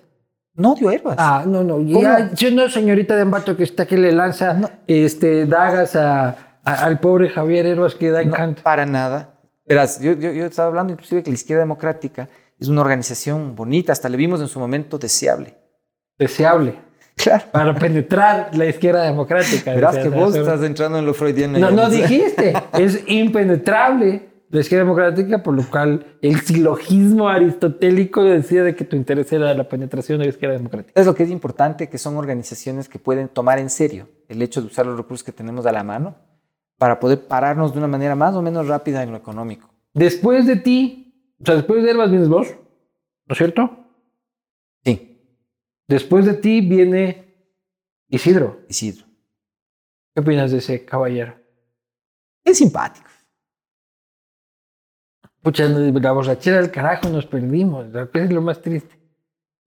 No odio a Herbas.
Ah, no, no.
¿Cómo?
Ya, yo no, señorita de Ambato, que está que le lanza este, dagas a, a- al pobre Javier Herbas que da
No,
encanto.
para nada. Verás, yo, yo, yo estaba hablando inclusive que la izquierda democrática es una organización bonita, hasta le vimos en su momento deseable.
Deseable.
Claro.
Para penetrar la izquierda democrática.
Verás
decía
que vos
Salazar.
estás entrando en lo freudiano.
No,
ya,
no
o sea.
dijiste. Es impenetrable la izquierda democrática, por lo cual el silogismo aristotélico decía de que tu interés era la penetración de la izquierda democrática.
Es lo que es importante, que son organizaciones que pueden tomar en serio el hecho de usar los recursos que tenemos a la mano para poder pararnos de una manera más o menos rápida en lo económico.
Después de ti, o sea, después de Herbas vienes vos, ¿no es cierto?
Sí,
Después de ti viene Isidro.
Isidro.
¿Qué opinas de ese caballero?
Es simpático.
Pucha, la borrachera del carajo nos perdimos, lo que es lo más triste.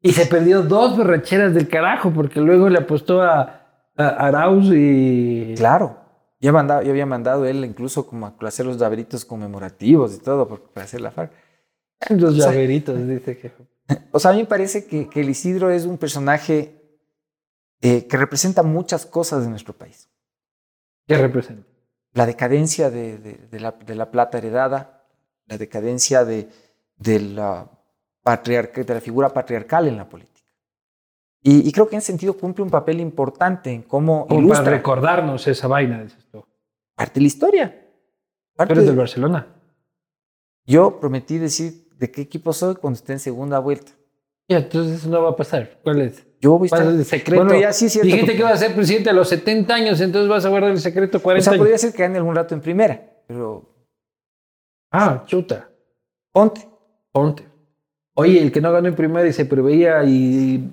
Y se perdió dos borracheras del carajo, porque luego le apostó a, a Arauz y...
Claro. Yo, he mandado- yo había mandado él incluso como a hacer los laberitos conmemorativos y todo por- para hacer la FARC.
Los
O sea-
llaveritos, dice que...
O sea, a mí me parece que, que el Isidro es un personaje eh, que representa muchas cosas de nuestro país.
¿Qué representa?
la decadencia de, de- de la, de la plata heredada, la decadencia de, de la patriarca- de la figura patriarcal en la política. Y, y creo que en ese sentido cumple un papel importante en cómo
Como para
ilustra
recordarnos esa vaina, dices tú.
parte de la historia.
Tú
Parte
eres
de-
del Barcelona.
yo prometí decir de qué equipo soy cuando esté en segunda vuelta.
Ya, entonces eso no va a pasar. ¿Cuál es?
Yo voy a
¿Cuál es
estar...
el secreto?
Bueno, ya sí es cierto.
Dijiste que vas a ser presidente a los 70 años, entonces vas a guardar el secreto
O
40
sea,
años.
podría ser que gane algún rato en primera, pero
Ah, chuta.
ponte.
Ponte. Oye, el que no ganó en primera y se preveía y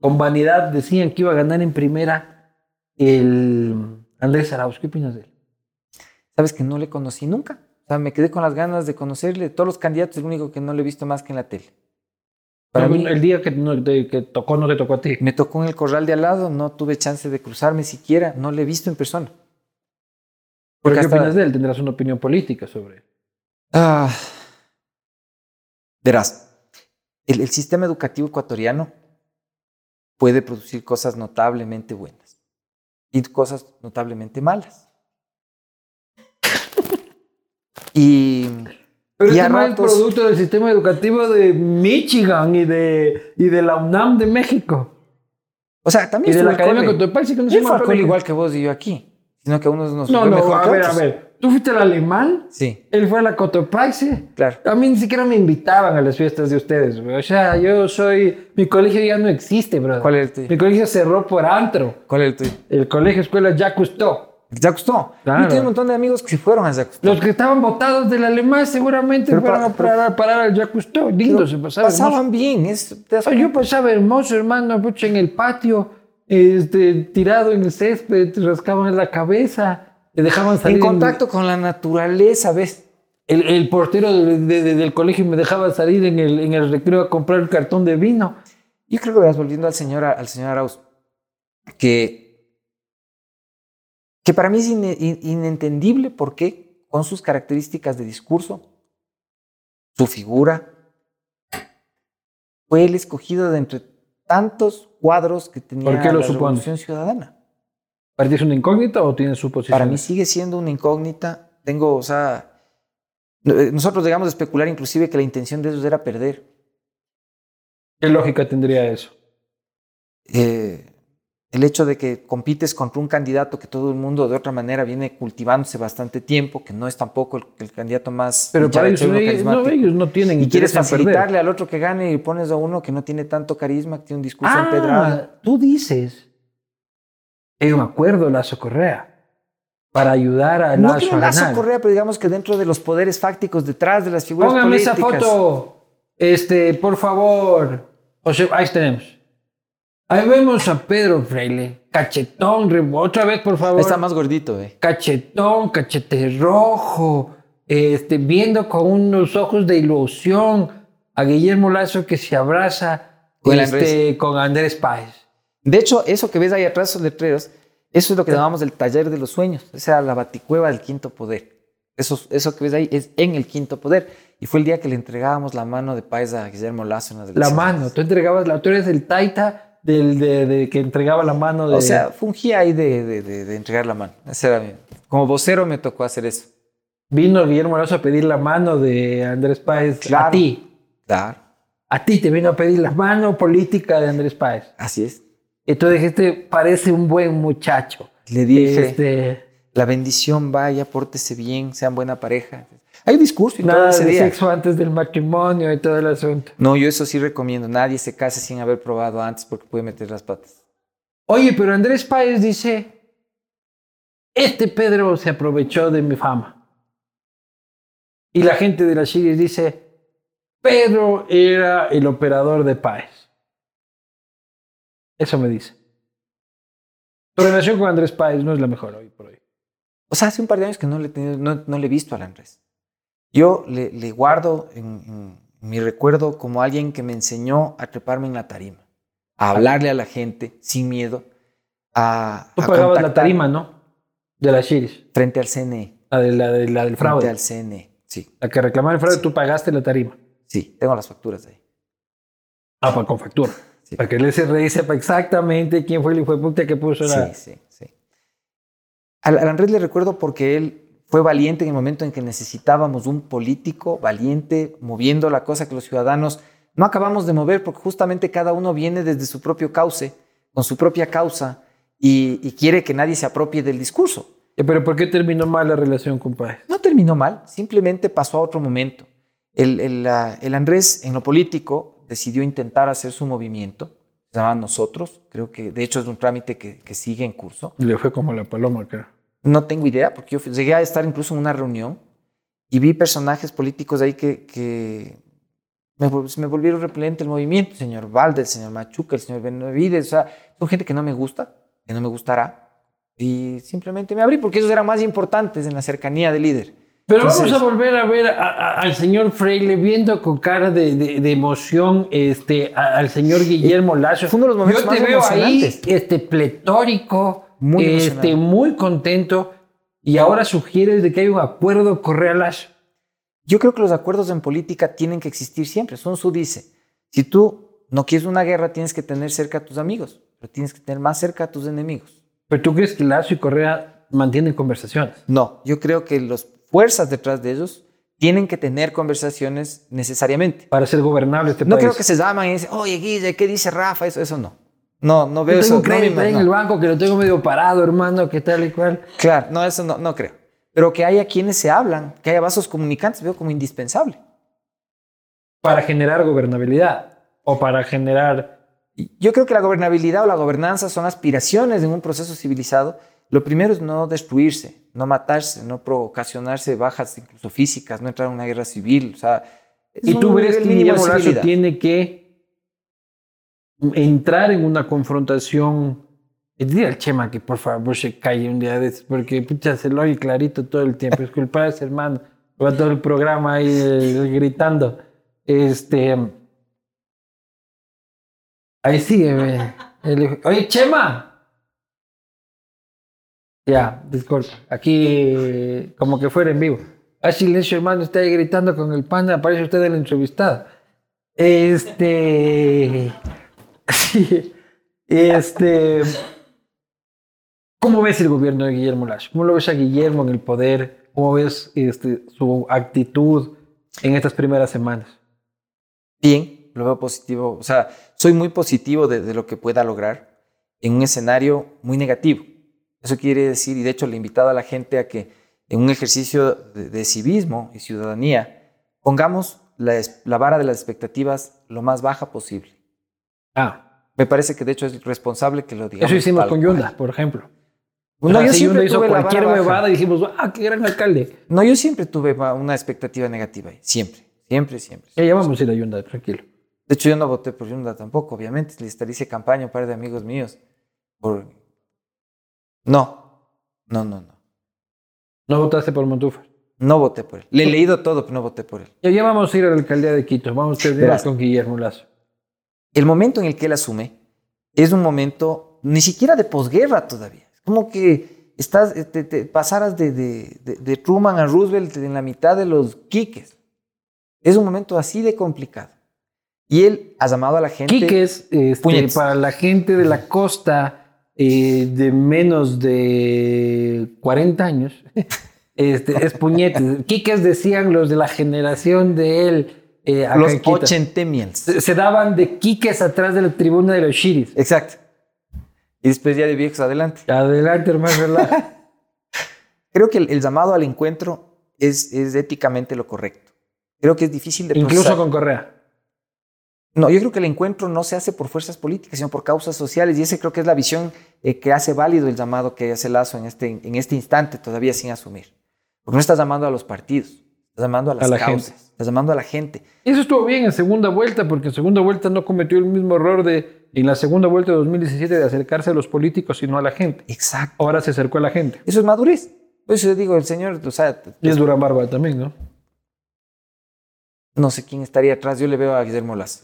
con vanidad decían que iba a ganar en primera el Andrés Arauz. ¿Qué opinas de él?
Sabes que no le conocí nunca. O sea, me quedé con las ganas de conocerle. De todos los candidatos, el único que no le he visto más que en la tele. Para
No,
mí,
El día que, no- de- que tocó no te tocó a ti.
me tocó en el corral de al lado, no tuve chance de cruzarme siquiera, no le he visto en persona.
¿Pero
Porque
¿Qué
hasta-
opinas de él? Tendrás una opinión política sobre él.
Ah. Verás, el, el sistema educativo ecuatoriano puede producir cosas notablemente buenas y cosas notablemente malas. Y
Pero
Y
este
a
man
ratos-
es producto del sistema educativo de Michigan y de, y de la UNAM de México.
O sea,
Y
también
de
estuvo
la
el
Academia
cole.
Cotopaxi, que no se
Él fue
llama
al cole
Colegio.
igual que vos y yo aquí. sino que a unos nos
No,
fue
no,
mejor
a
que
ver, a
otros.
ver. Tú fuiste al alemán,
Sí,
él fue a la Cotopaxi.
claro.
A mí ni siquiera me invitaban a las fiestas de ustedes, güey. O sea, yo soy. Mi colegio ya no existe, brother.
¿Cuál es el tuyo?
Mi colegio cerró por antro.
¿Cuál es el tuyo?
El colegio escuela ya costó.
Jacques Cousteau.
Claro.
Yo tengo un montón de amigos que se fueron a Jacques Cousteau.
Los que estaban votados del alemán seguramente
Pero
fueron
pa-
a parar, a parar al ya costó. Lindo, se pasaba. hermoso.
Pasaban bien. Es, te das
Ay, Yo pasaba hermoso, hermano, pucha, en el patio, este, tirado en el césped, te rascaban la cabeza, te dejaban salir.
en contacto con la naturaleza, ¿ves?
el, el portero de- de- de- del colegio me dejaba salir en el, en el recreo a comprar un cartón de vino.
Yo creo que verás, volviendo al señor, al señor Arauz, que, que para mí es ine- in- inentendible por qué, con sus características de discurso, su figura, fue el escogido de entre tantos cuadros que tenía
¿Por qué lo
la
supones?
Revolución Ciudadana.
¿Para ti es una incógnita o tiene su posición?
Para mí sigue siendo una incógnita. Tengo, o sea, no- eh, nosotros llegamos a especular inclusive que la intención de ellos era perder.
¿Qué lógica tendría eso?
Eh, el hecho de que compites contra un candidato que todo el mundo de otra manera viene cultivándose bastante tiempo, que no es tampoco el, el candidato más
Pero para ellos
dicharachero,
no, ellos no,
carismático.
ellos no tienen
y quieres
interés en perder.
facilitarle al otro que gane y pones a uno que no tiene tanto carisma, que tiene un discurso empedrado.
Ah, tú dices. Es un acuerdo Lazo Correa para ayudar a
No
Lazo
tiene
a
lazo
ganar.
correa, pero digamos que dentro de los poderes fácticos, detrás de las figuras
Póngame esa
políticas.
foto. Este, por favor. José, ahí tenemos. Ahí vemos a Pedro Freile. Cachetón, re- otra vez, por favor.
Está más gordito, eh.
Cachetón, cachete rojo. Este, viendo con unos ojos de ilusión a Guillermo Lazo que se abraza
Con
este, con Andrés Páez.
De hecho, eso que ves ahí atrás, esos letreros, eso es lo que llamamos el taller de los sueños, o sea, la baticueva del quinto poder. Eso, eso que ves ahí es en el quinto poder. Y fue el día que le entregábamos la mano de Paez a Guillermo Lazo en las
La
elecciones.
mano, tú entregabas la, tú eres el taita del de, de- que entregaba la mano de.
O sea, fungía ahí de, de- de- de entregar la mano. Ese era mi- Como vocero me tocó hacer eso.
vino Guillermo Lazo a pedir la mano de Andrés Páez a
Claro.
ti.
Claro,
A ti te vino a pedir la mano política de Andrés Páez.
así es.
Y tú dijiste, parece un buen muchacho.
Le dije,
Este,
la bendición vaya, pórtese bien, sean buena pareja. Hay un discurso y todo
nada
ese
de
día.
sexo antes del matrimonio y todo el asunto.
No, yo eso sí recomiendo. Nadie se case sin haber probado antes porque puede meter las patas.
Oye, pero Andrés Páez dice: Este Pedro se aprovechó de mi fama. Y la gente de las series dice: Pedro era el operador de Páez. Eso me dice. Tu relación con Andrés Páez no es la mejor hoy por hoy.
O sea, hace un par de años que no le he, tenido- no, no le he visto al Andrés. Yo le, le guardo en, en mi recuerdo como alguien que me enseñó a treparme en la tarima, a hablarle a la gente sin miedo, a,
Tú
a
Pues pagabas la
contactar
tarima, ¿no? De las series.
frente al CNE.
La, de, la, de- la del
Frente
fraude.
al CNE. Sí,
La que reclamaba el fraude, tú pagaste la tarima.
sí, tengo las facturas ahí.
Ah, para con factura.
Sí.
Para que el SRI sepa exactamente quién fue el hijo de puta que puso la.
Sí, sí, sí. Al, al Andrés le recuerdo porque él fue valiente en el momento en que necesitábamos un político valiente, moviendo la cosa que los ciudadanos no acabamos de mover, porque justamente cada uno viene desde su propio cauce, con su propia causa, y, y quiere que nadie se apropie del discurso.
Eh, Pero ¿por qué terminó mal la relación con Páez?
No terminó mal, simplemente pasó a otro momento. El, el, ah, el Andrés en lo político decidió intentar hacer su movimiento, se llama Nosotros, creo que de hecho es un trámite que- que sigue en curso.
Le fue como la paloma, creo.
No tengo idea, porque yo fui- llegué a estar incluso en una reunión y vi personajes políticos ahí que, que me, vol- se me volvieron repelente el movimiento. El señor Valde, el señor Machuca, el señor Benavides. O sea, son gente que no me gusta, que no me gustará. Y simplemente me abrí porque esos eran más importantes en la cercanía del líder.
Pero
Entonces-
vamos a volver a ver a- a- al señor Freire viendo con cara de, de- de emoción este, a- al señor Guillermo Lazo.
fue uno de los momentos
Yo te
más
veo ahí
emocionantes.
este, pletórico,
Muy
este,
emocionante.
muy contento. Y ahora sugieres de que hay un acuerdo Correa Lazo.
Yo creo que los acuerdos en política tienen que existir siempre. Sun Tzu dice, si tú no quieres una guerra, tienes que tener cerca a tus amigos, pero tienes que tener más cerca a tus enemigos.
Pero tú crees que Lazo y Correa mantienen conversaciones.
No, yo creo que las fuerzas detrás de ellos tienen que tener conversaciones necesariamente.
Para ser gobernable este
No
país.
creo que se llaman y dicen, oye, Guille, ¿qué dice Rafa? Eso, eso no. No, no veo
Yo tengo
eso.
un
no me
crédito ahí en
imagino.
el banco que lo tengo medio parado, hermano, que tal y cual.
Claro, no, eso no, no creo. Pero que haya quienes se hablan, que haya vasos comunicantes, veo como indispensable.
Para generar gobernabilidad o para generar...
Y Yo creo que la gobernabilidad o la gobernanza son aspiraciones en un proceso civilizado. Lo primero es no destruirse, no matarse, no provocacionarse bajas incluso físicas, no entrar en una guerra civil. O sea, es
y tú
un
crees
nivel
que
mínimo
Guillermo
de
Lazo
civilidad.
tiene que entrar en una confrontación. Y Dile al Chema que por favor se calle un día de estos, porque pucha, se lo oye clarito todo el tiempo. Disculpas, hermano, va todo el programa ahí eh, gritando. Este. Ahí sigue, güey. El- Oye, Chema. Ya, disculpa. Aquí, eh, como que fuera en vivo. Ah, silencio, hermano. Está ahí gritando con el panda. Aparece usted el entrevistado. Este. Sí. Este. ¿Cómo ves el gobierno de Guillermo Lash? ¿Cómo lo ves a Guillermo en el poder? ¿Cómo ves este, su actitud en estas primeras semanas?
bien, lo veo positivo. O sea, soy muy positivo de, de lo que pueda lograr en un escenario muy negativo. Eso quiere decir, y de hecho le he invitado a la gente a que en un ejercicio de, de civismo y ciudadanía pongamos la, es- la vara de las expectativas lo más baja posible.
Ah,
Me parece que de hecho es responsable que lo digamos.
eso hicimos
tal
con
cual.
Yunda, por ejemplo.
No,
O sea,
yo
si
siempre
Yunda hizo
tuve la vara
cualquier
baja.
huevada y dijimos, ¡ah, qué gran alcalde!
No, yo siempre tuve ma- una expectativa negativa ahí. Siempre, siempre, siempre.
Ya, ya vamos a ir a Yunda, tranquilo.
De hecho, yo no voté por Yunda tampoco, obviamente. Le hice campaña a un par de amigos míos. Por... No, no, no, no.
No votaste por Montúfar.
No voté por él. Le he leído todo, pero no voté por él.
Ya, ya vamos a ir a la alcaldía de Quito. Vamos a terminar
Verás.
con Guillermo Lazo.
El momento en el que él asume es un momento ni siquiera de posguerra todavía. Es como que estás, eh, te, te pasaras de, de- de- de Truman a Roosevelt en la mitad de los quiques. Es un momento así de complicado. Y él ha llamado a la gente.
Quiques, este,
Puñetes.
para la gente de la costa eh, de menos de 40 años, este, es puñetes. Quiques decían los de la generación de él. eh, acá
los
en Quito.
ochentemials.
Se, se daban de Quiques atrás de la tribuna de los Shiris.
Exacto. Y después ya de viejos adelante.
Adelante, hermano. relaja.
Creo que el, el llamado al encuentro es, es éticamente lo correcto. Creo que es difícil de
Incluso
procesar.
con Correa.
No, yo creo que el encuentro no se hace por fuerzas políticas, sino por causas sociales. Y esa creo que es la visión eh, que hace válido el llamado que hace Lazo en este, en este instante, todavía sin asumir. Porque no estás llamando a los partidos, estás llamando a las
la
causas, estás llamando a la gente.
Eso estuvo bien en segunda vuelta, porque en segunda vuelta no cometió el mismo error de en la segunda vuelta de 2017 de acercarse a los políticos, sino a la gente.
Exacto.
Ahora se acercó a la gente.
Eso es madurez. Por eso yo digo, el señor, o sea, t-
Y es Durán Barba también, ¿no?
no sé quién estaría atrás. Yo le veo a Guillermo Lazo.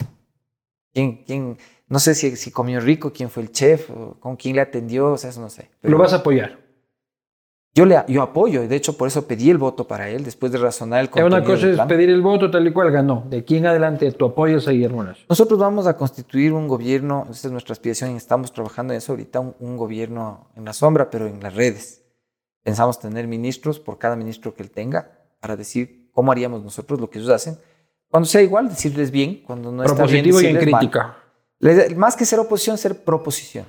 ¿Quién, quién, no sé si, si comió rico, quién fue el chef, o con quién le atendió, o sea, eso no sé.
Lo vas a apoyar.
Yo, le, yo apoyo, y de hecho por eso pedí el voto para él, después de razonar el
Eh,
contenido
Una cosa
del
es
plan.
pedir el voto tal y cual ganó. De aquí en adelante tu apoyo es a Guillermo Lazo.
Nosotros vamos a constituir un gobierno, esa es nuestra aspiración y estamos trabajando en eso ahorita, un, un gobierno en la sombra, pero en las redes. Pensamos tener ministros por cada ministro que él tenga para decir cómo haríamos nosotros lo que ellos hacen. Cuando sea igual, decirles bien, cuando no está bien,
Propositivo y en
decirles mal.
crítica.
La idea- más que ser oposición, ser proposición.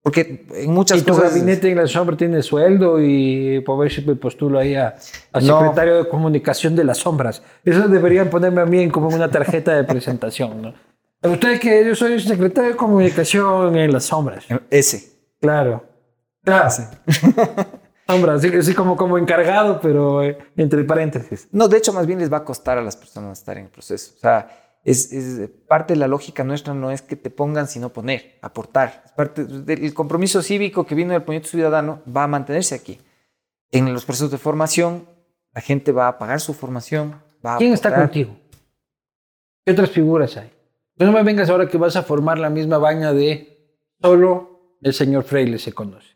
Porque en muchas
Y tu
cosas...
gabinete en la sombra tiene sueldo y por ver si me postulo ahí a, a
No.
secretario de comunicación de las sombras. Eso deberían ponerme a mí en como una tarjeta de presentación, ¿no? Usted que yo soy secretario de comunicación en las sombras.
Ese.
Claro.
Ah,
Claro. Sombras, sí, sí, como, como encargado, pero eh, entre paréntesis.
No, de hecho, más bien les va a costar a las personas estar en el proceso. O sea, es, es parte de la lógica nuestra no es que te pongan, sino poner, aportar. Es parte del compromiso cívico que vino del Proyecto Ciudadano va a mantenerse aquí. En los procesos de formación, la gente va a pagar su formación. Va a
¿Quién está
aportar.
contigo? ¿Qué otras figuras hay? Que no me vengas ahora que vas a formar la misma vaina de solo el señor Freire se conoce.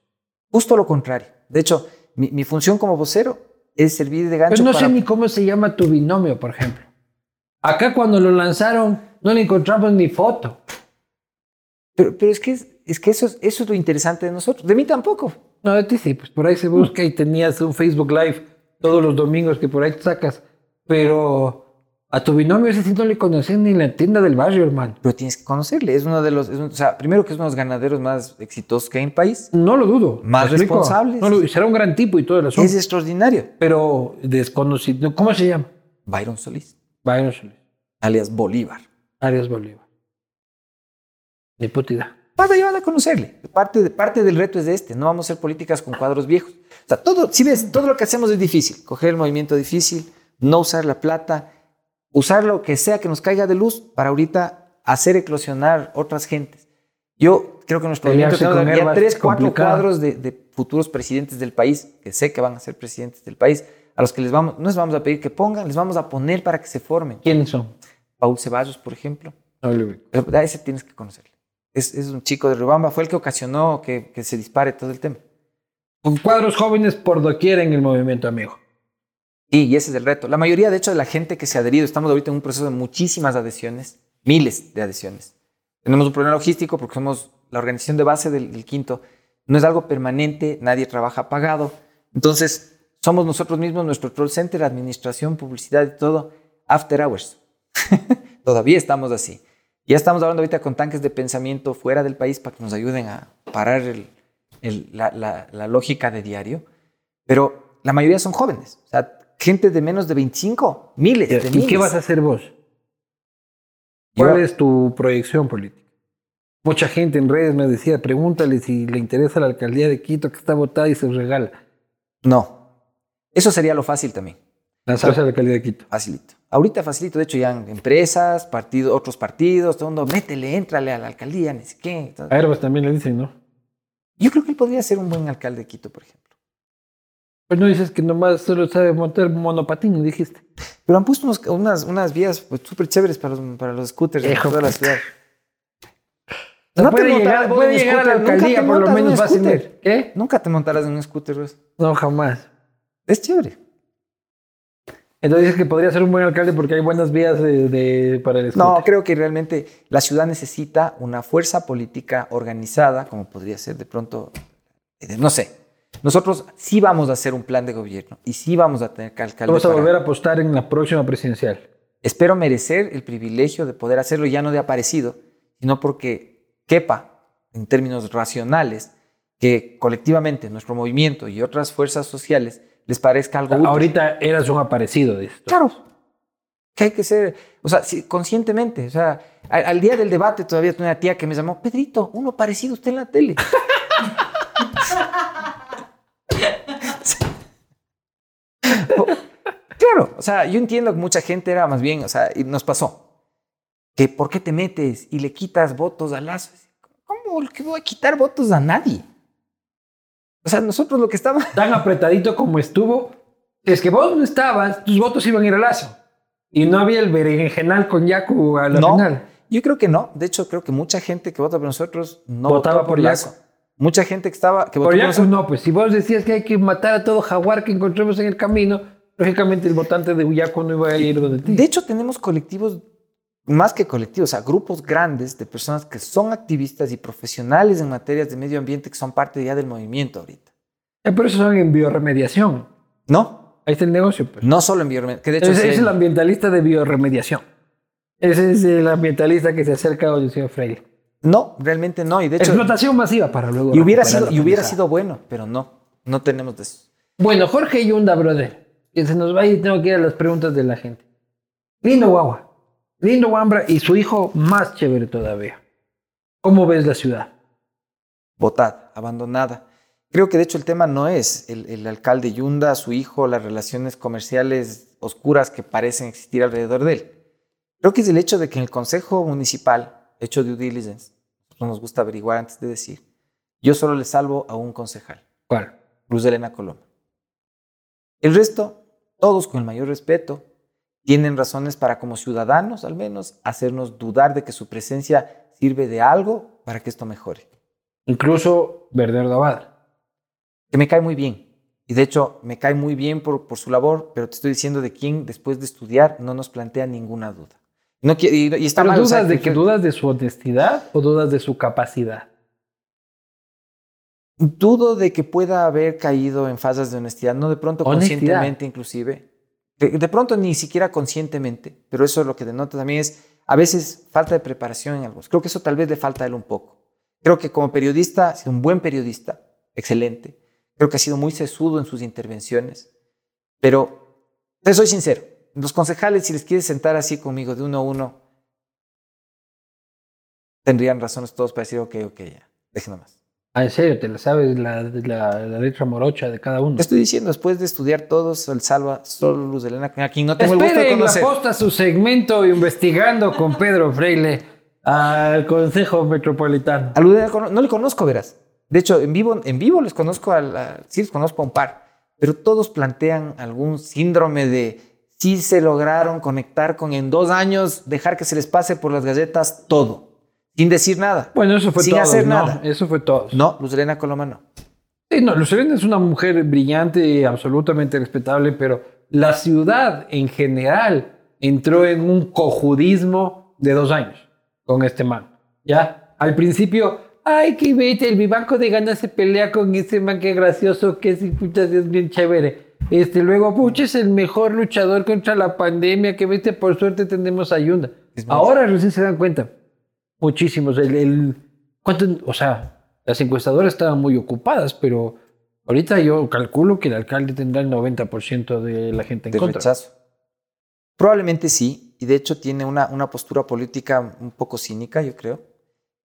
Justo lo contrario. De hecho, mi, mi función como vocero es servir de gancho
Pues no
para...
sé ni cómo se llama tu binomio, por ejemplo. Acá cuando lo lanzaron no le encontramos ni foto.
Pero, pero es que, es, es que eso, es, eso es lo interesante de nosotros. De mí tampoco.
No, de ti sí, pues por ahí se busca y tenías un Facebook Live todos los domingos que por ahí te sacas. Pero A tu binomio ese sí no le conocen ni en la tienda del barrio, hermano.
Pero tienes que conocerle. Es uno de los. es un- o sea, primero que es uno de los ganaderos más exitosos que hay en el país.
No lo dudo.
Más
¿Me explico?
responsables.
No lo- será un gran tipo y todo el asunto.
Es extraordinario.
Pero desconocido. ¿Cómo se llama?
Byron Solís,
Byron Solís.
alias Bolívar.
Arias Bolívar. Ni puta idea.
Vas a llevar a conocerle. Parte, de, parte del reto es de este. No vamos a hacer políticas con cuadros viejos. O sea, todo, si ves, todo lo que hacemos es difícil. Coger el movimiento difícil, no usar la plata, usar lo que sea que nos caiga de luz para ahorita hacer eclosionar otras gentes. Yo creo que nuestro movimiento
Pelearse con
tenemos ya
hierbas
tres,
es
cuatro
complicado.
cuadros de, de futuros presidentes del país, que sé que van a ser presidentes del país, a los que les vamos, no les vamos a pedir que pongan, les vamos a poner para que se formen.
¿Quiénes son?
Paul Ceballos, por ejemplo.
No lo ubico.
Pero pues, a ese tienes que conocerle. Es, es un chico de Riobamba, fue el que ocasionó que, que se dispare todo el tema.
Con cuadros jóvenes por doquier en el movimiento, amigo.
Y, y ese es el reto. La mayoría, de hecho, de la gente que se ha adherido, estamos ahorita en un proceso de muchísimas adhesiones, miles de adhesiones. Tenemos un problema logístico porque somos la organización de base del, del quinto. No es algo permanente, nadie trabaja pagado. Entonces, somos nosotros mismos, nuestro troll center, administración, publicidad y todo, after hours. Todavía estamos así. Ya estamos hablando ahorita con tanques de pensamiento fuera del país para que nos ayuden a parar el- el- la- la- la lógica de diario pero la mayoría son jóvenes, o sea, gente de menos de 25, miles de
¿Y
miles.
qué vas a hacer vos?
Yo-
¿Cuál es tu proyección política? Mucha gente en redes me decía, pregúntale si le interesa la alcaldía de Quito que está votada y se regala.
No, eso sería lo fácil también,
Lanzarse a la alcaldía de Quito.
facilito. Ahorita facilito, de hecho ya en empresas, partidos, otros partidos, todo el mundo, métele, éntrale a la alcaldía, ni sé qué.
A
Entonces,
Herbas también le dicen, ¿no?
yo creo que él podría ser un buen alcalde de Quito, por ejemplo.
Pues no dices que nomás solo sabe montar monopatín, dijiste.
Pero han puesto unos- unas, unas vías pues, súper chéveres para los, para los scooters en
Hijo
toda la
puta.
ciudad.
puede
montarás
llegar,
vos
puede
en un
llegar a la
scooter, nunca
alcaldía
te
por lo
montas en un
menos ¿Eh?
scooter.
fácilmente. ¿Qué?
Nunca te montarás en un scooter, Ruiz.
No, jamás.
Es chévere.
Entonces dices que podría ser un buen alcalde porque hay buenas vías de, de- para el
No,
scooter.
creo que realmente la ciudad necesita una fuerza política organizada, como podría ser de pronto, eh, no sé. Nosotros sí vamos a hacer un plan de gobierno y sí vamos a tener que alcalde.
Vamos a
para-
volver a apostar en la próxima presidencial.
Espero merecer el privilegio de poder hacerlo ya no de aparecido, sino porque quepa en términos racionales que colectivamente nuestro movimiento y otras fuerzas sociales les parezca algo útil.
Ahorita eras un aparecido de esto.
Claro. Que hay que ser, o sea, sí, conscientemente. O sea, a- al, día del debate todavía tengo una tía que me llamó, Pedrito, uno parecido a usted en la tele. O- claro, o sea, yo entiendo que mucha gente era más bien, o sea, y nos pasó. Que por qué te metes y le quitas votos a Lazo. ¿Cómo que voy a quitar votos a nadie? O sea, nosotros lo que estamos
Tan apretadito como estuvo, si es que vos no estabas, tus votos iban a ir a lazo. Y no había el berenjenal con Yaku a la
no,
final.
yo creo que no. De hecho, creo que mucha gente que vota por nosotros no
Votaba
votó por
por
Lazo. Mucha gente que estaba que votó
Por
por
Yaku
nosotros.
no, pues si vos decías que hay que matar a todo jaguar que encontremos en el camino, lógicamente el votante de Yaku no iba a ir donde ti.
De hecho, tenemos colectivos más que colectivos, o sea, grupos grandes de personas que son activistas y profesionales en materias de medio ambiente que son parte ya del movimiento ahorita.
Eh, Pero eso son en bioremediación.
No,
Ahí está el negocio, pues.
no solo en medio que de hecho
es,
sí
es
hay-
el ambientalista de bioremediación. Ese es el ambientalista que se acerca a Odiseo Freire.
no, realmente no. Y de hecho,
Explotación masiva para luego.
y hubiera
recuperar
sido,
la
y hubiera
pendejada.
sido bueno, pero no, no tenemos de eso.
Bueno, Jorge Yunda, brother. Que se nos va y tengo que ir a las preguntas de la gente. Lindo guagua. Lindo guambra y su hijo más chévere todavía. ¿Cómo ves la ciudad?
botada, abandonada. Creo que de hecho el tema no es el, el alcalde Yunda, su hijo, las relaciones comerciales oscuras que parecen existir alrededor de él. Creo que es el hecho de que en el Consejo Municipal, hecho due diligence, no nos gusta averiguar antes de decir, yo solo le salvo a un concejal,
¿Cuál?
Luz Elena Coloma. El resto, todos con el mayor respeto, tienen razones para como ciudadanos al menos hacernos dudar de que su presencia sirve de algo para que esto mejore
Incluso Bernardo Abad.
que me cae muy bien. Y de hecho, me cae muy bien por, por su labor, pero te estoy diciendo de quién, después de estudiar, no nos plantea ninguna duda. No, qui- y, y está
¿Pero
mal, o
dudas
sea,
de que dudas de su honestidad o dudas de su capacidad?
Dudo de que pueda haber caído en fases de honestidad, no de pronto
Honestidad.
conscientemente inclusive. De, de pronto ni siquiera conscientemente, pero eso es lo que denota también es a veces falta de preparación en algunos. Creo que eso tal vez le falta a él un poco. Creo que como periodista, ha sido un buen periodista, excelente. Creo que ha sido muy sesudo en sus intervenciones. Pero te soy sincero, los concejales, si les quieres sentar así conmigo de uno a uno, tendrían razones todos para decir, ok, ok, ya, déjenme más.
Ah, en serio, te la sabes la, la, la letra morocha de cada uno.
Te estoy diciendo, después de estudiar todos, el salva solo Luz Elena, a quien no tengo el gusto de
Esperen la
conocer.
posta su segmento investigando con Pedro Freile al Consejo Metropolitano.
A Luz Elena cono- no le conozco, verás. De hecho, en vivo, en vivo les conozco, a la- sí les conozco a un par, pero todos plantean algún síndrome de si se lograron conectar con en dos años, dejar que se les pase por las galletas todo, sin decir nada.
Bueno, eso fue
Sin
todo.
hacer
no,
nada.
Eso fue todo.
No, Luz Elena Coloma no.
Sí, no, Lucerena es una mujer brillante, absolutamente respetable, pero la ciudad en general entró en un cojudismo de dos años con este man. Ya, al principio, ay, que vete, el bibanco de ganas se pelea con ese man que gracioso, que es, puta, es bien chévere. Este, luego, pucha, es el mejor luchador contra la pandemia, que vete, por suerte tenemos ayuda.
Es muy-
Ahora recién se dan cuenta. Muchísimos. El, el- ¿cuánto- o sea, las encuestadoras estaban muy ocupadas, pero ahorita yo calculo que el alcalde tendrá el 90% de la gente en
de
contra.
rechazo. Probablemente sí, y de hecho tiene una, una postura política un poco cínica, yo creo.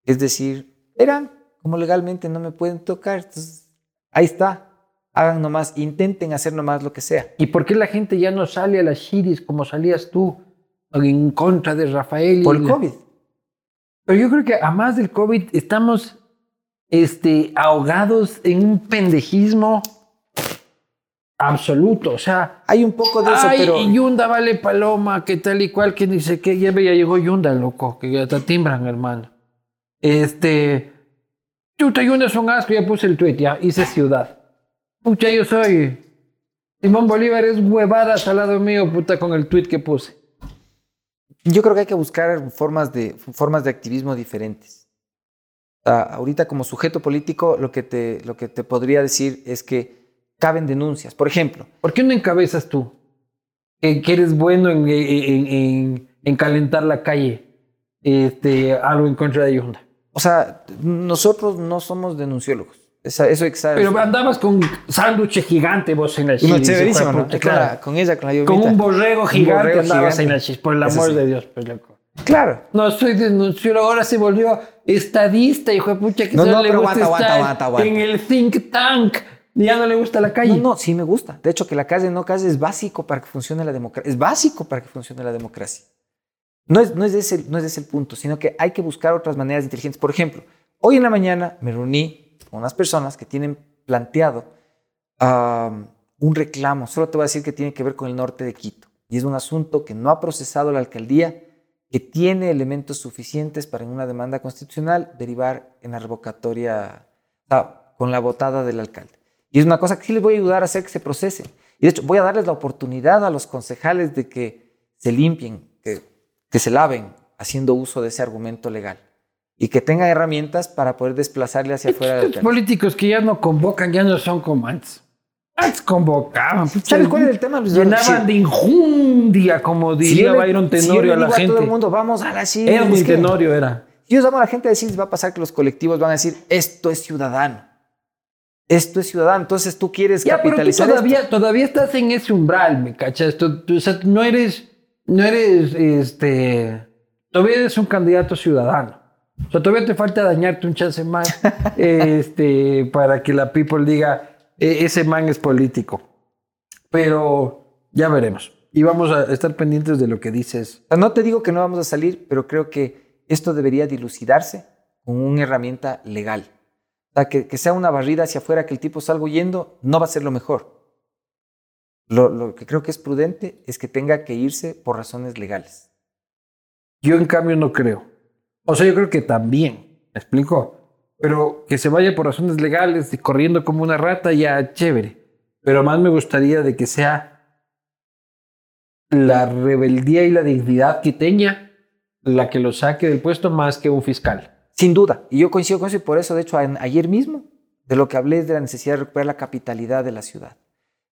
Es decir, verán, como legalmente no me pueden tocar, entonces, ahí está, hagan nomás, intenten hacer nomás lo que sea.
¿Y por qué la gente ya no sale a las shiris como salías tú en contra de Rafael? y
Por el
la-
COVID.
Pero yo creo que a más del COVID estamos este, ahogados en un pendejismo absoluto. O sea,
Hay un poco de eso,
Ay,
pero
y Yunda vale paloma, que tal y cual, que dice que ya, ya llegó Yunda, loco, que ya te timbran, hermano. Este. Chuta, Yunda es un asco, ya puse el tweet, ya hice ciudad. Pucha, yo soy. Simón Bolívar es huevadas al lado mío, puta, con el tweet que puse.
yo creo que hay que buscar formas de, formas de activismo diferentes. Ah, ahorita como sujeto político, lo que, te, lo que te podría decir es que caben denuncias. Por ejemplo,
¿Por qué no encabezas tú? Que, que eres bueno en, en- en- en calentar la calle. Este, algo en contra de Yunda.
O sea, nosotros no somos denunciólogos. Esa- eso exacto.
Pero andabas con sándwich gigante vos en el
Y no,
Chile,
chéverísimo,
hijo de
¿no?
puta,
Con la- con ella, con la
Con
lluvita.
un borrego gigante
borrego
andabas
gigante.
en la chis, por el
Eso
amor
sí.
de Dios, pues loco.
Claro.
No, soy denunciólogo, ahora se volvió estadista, hijo de pucha, que
No,
solo
no,
le
pero
gusta
aguanta,
estar
aguanta, aguanta,
en el think tank. Ya no le gusta la calle.
No, no, sí me gusta. De hecho, que la calle no calle es básico para que funcione la democracia. Es básico para que funcione la democracia. No es, no, es ese, no es ese el punto, sino que hay que buscar otras maneras inteligentes. Por ejemplo, hoy en la mañana me reuní con unas personas que tienen planteado am, un reclamo. Solo te voy a decir que tiene que ver con el norte de Quito. Y es un asunto que no ha procesado la alcaldía, que tiene elementos suficientes para en una demanda constitucional derivar en la revocatoria ah, con la votada del alcalde. Y es una cosa que sí les voy a ayudar a hacer que se procese. Y de hecho, voy a darles la oportunidad a los concejales de que se limpien, que, que se laven haciendo uso de ese argumento legal y que tengan herramientas para poder desplazarle hacia afuera del
Estos
alcalde.
políticos que ya no convocan, ya no son como antes. Antes convocaban. pucha,
¿Sabes cuál es el tema, Luis?
Llenaban
Sí.
de injundia, como
Si
diría
yo le-
Byron
si yo
Tenorio
le
a la
digo todo el
gente.
mundo, vamos a la Chile.
Edwin Tenorio era.
Yo llamo a la gente a decir, va a pasar que los colectivos van a decir, esto es ciudadano. Esto es ciudadano. Entonces tú quieres
Ya, pero tú
capitalizar esto.
todavía, todavía estás en ese umbral, ¿me cachas? Tú, tú, o sea, no eres, no eres, este, todavía eres un candidato ciudadano. O sea, todavía te falta dañarte un chance más este, para que la people diga, "E- ese man es político. Pero ya veremos. Y vamos a estar pendientes de lo que dices.
O sea, no te digo que no vamos a salir, pero creo que esto debería dilucidarse con una herramienta legal. O sea, que, que sea una barrida hacia afuera, que el tipo salga huyendo, no va a ser lo mejor. Lo, lo que creo que es prudente es que tenga que irse por razones legales.
Yo, en cambio, no creo. O sea, yo creo que también, ¿me explico? Pero que se vaya por razones legales y corriendo como una rata, ya chévere. Pero más me gustaría de que sea la rebeldía y la dignidad quiteña la que lo saque del puesto más que un fiscal.
Sin duda. Y yo coincido con eso y por eso, de hecho, en- ayer mismo, de lo que hablé es de la necesidad de recuperar la capitalidad de la ciudad.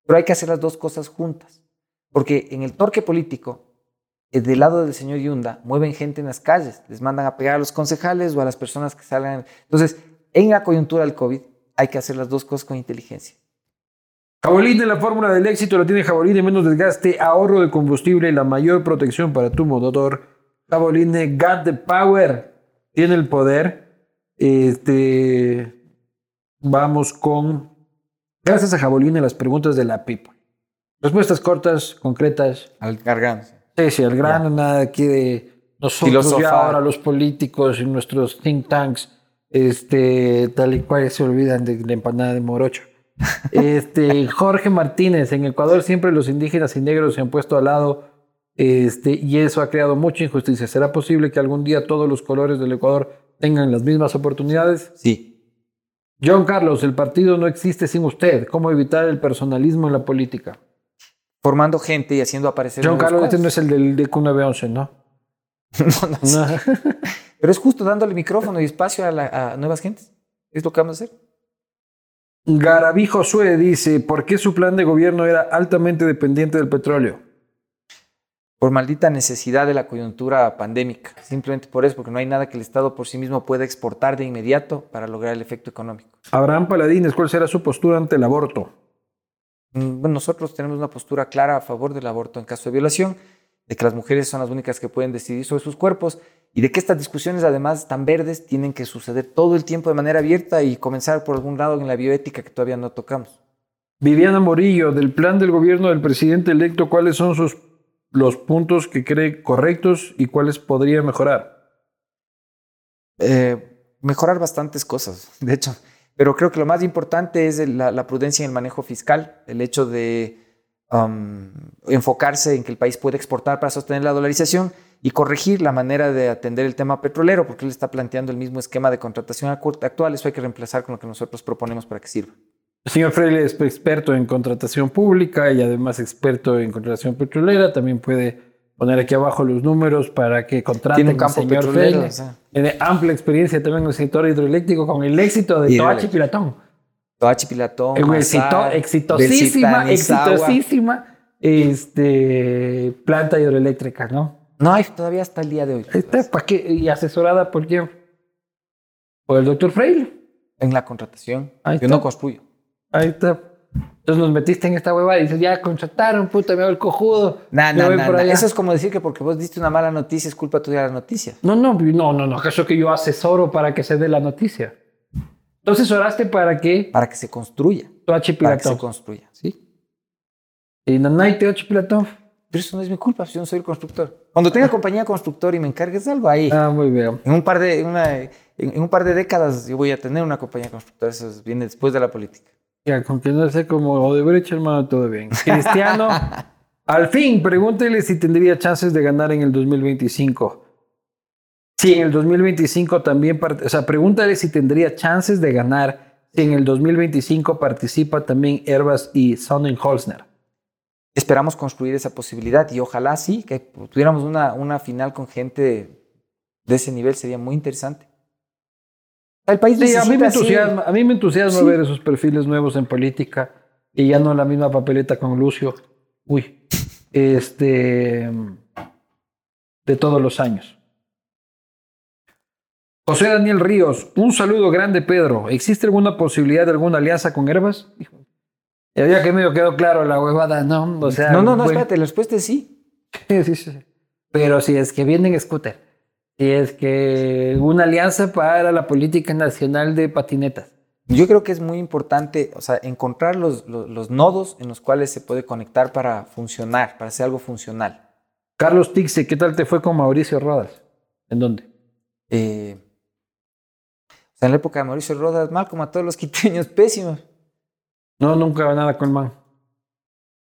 Pero hay que hacer las dos cosas juntas. Porque en el torque político, eh, del lado del señor Yunda, mueven gente en las calles, les mandan a pegar a los concejales o a las personas que salgan. Entonces, en la coyuntura del COVID, hay que hacer las dos cosas con inteligencia.
Jabolín de la fórmula del éxito la tiene Jabolín de menos desgaste, ahorro de combustible, la mayor protección para tu motor. Jabolín de Got the Power, tiene el poder. Este, vamos con. Gracias a Jabolín de las preguntas de la People. Respuestas cortas, concretas.
Al cargando.
Sí, sí, al grano, nada aquí de nosotros ya
Filosofar.
ahora los políticos y nuestros think tanks, este, tal y cual se olvidan de la empanada de morocho. Este, Jorge Martínez, en Ecuador siempre los indígenas y negros se han puesto al lado este, y eso ha creado mucha injusticia. ¿Será posible que algún día todos los colores del Ecuador tengan las mismas oportunidades?
Sí.
John Carlos, el partido no existe sin usted. ¿Cómo evitar el personalismo en la política?
Formando gente y haciendo aparecer.
John
nuevos
Carlos, este
cuadros.
no es el del DQ911, ¿no?
No, no es-
No.
Pero es justo dándole micrófono y espacio a, la- a nuevas gentes. Es lo que vamos a hacer.
Garabí Josué dice, ¿por qué su plan de gobierno era altamente dependiente del petróleo?
Por maldita necesidad de la coyuntura pandémica. Simplemente por eso, porque no hay nada que el Estado por sí mismo pueda exportar de inmediato para lograr el efecto económico.
Abraham Paladines, ¿cuál será su postura ante el aborto?
Mm, Bueno, nosotros tenemos una postura clara a favor del aborto en caso de violación, de que las mujeres son las únicas que pueden decidir sobre sus cuerpos y de que estas discusiones, además tan verdes, tienen que suceder todo el tiempo de manera abierta y comenzar por algún lado en la bioética que todavía no tocamos.
Viviana Morillo, del plan del gobierno del presidente electo, ¿cuáles son sus, los puntos que cree correctos y cuáles podría mejorar?
eh, mejorar bastantes cosas, de hecho. Pero creo que lo más importante es el- la, la prudencia en el manejo fiscal, el hecho de am, enfocarse en que el país puede exportar para sostener la dolarización y corregir la manera de atender el tema petrolero, porque él está planteando el mismo esquema de contratación acu- actual. Eso hay que reemplazar con lo que nosotros proponemos para que sirva.
El señor Freire es experto en contratación pública y además experto en contratación petrolera. También puede poner aquí abajo los números para que contraten
Tiene un campo
al señor
petrolero,
Freire.
o sea.
Tiene amplia experiencia también en el sector hidroeléctrico con el éxito de
Hidroeléctrico.
Toachi Piratón.
Toachi Pilatón,
Eh, güey, exito-
Mazar,
exitosísima,
Belchitanizawa.
exitosísima este, planta hidroeléctrica, ¿no?
No hay todavía hasta el día de hoy.
Está pa' qué? y asesorada por quién? Por el doctor Freire.
En la contratación,
Ahí
yo
está.
no construyo.
Ahí está. Entonces nos metiste en esta huevada y dices, ya contrataron, puta, me hago el cojudo.
Nah,
me
nah,
voy
nah,
por
nah.
allá".
Eso es como decir que porque vos diste una mala noticia es culpa tuya la noticia.
No, no, no, no, no, acaso que yo asesoro para que se dé la noticia. Entonces oraste para que
Para que se construya.
Toachi
Para que se
Piratón.
construya. ¿sí?
Y Nanay Toachi Piratón.
Pero eso no es mi culpa, yo no soy el constructor. Cuando tenga compañía constructor y me encargues de algo ahí,
Ah, muy bien.
en, un par de, una- en, en un par de décadas yo voy a tener una compañía constructora. Eso es- viene después de la política.
Ya, con que no sea como Odebrecht, hermano, todo bien. Cristiano, al fin, pregúntele si tendría chances de ganar en el 2025. Si en el 2025 también, part- o sea, pregúntale si tendría chances de ganar si en el 2025 participa también Herbas y Sonnenholzner.
Esperamos construir esa posibilidad y ojalá sí, que tuviéramos una, una final con gente de, de ese nivel, sería muy interesante. El país
Sí, a mí me
necesita así-
entusiasma, a mí me entusiasma
Sí.
ver esos perfiles nuevos en política y ya no la misma papeleta con Lucio. Uy, este de todos los años. José Daniel Ríos, un saludo grande, Pedro. ¿Existe alguna posibilidad de alguna alianza con Herbas? Hijo, Ya había que medio quedó claro la huevada, ¿no? O sea,
No, no, no,
bueno,
espérate, la respuesta es sí.
sí, sí, sí. Pero si es que vienen scooter, si es que una alianza para la política nacional de patinetas.
Yo creo que es muy importante, o sea, encontrar los, los- los nodos en los cuales se puede conectar para funcionar, para hacer algo funcional.
Carlos Tixe, ¿qué tal te fue con Mauricio Rodas? ¿En dónde?
Eh, o sea, en la época de Mauricio Rodas, mal como a todos los quiteños, pésimos.
No, nunca nada con man.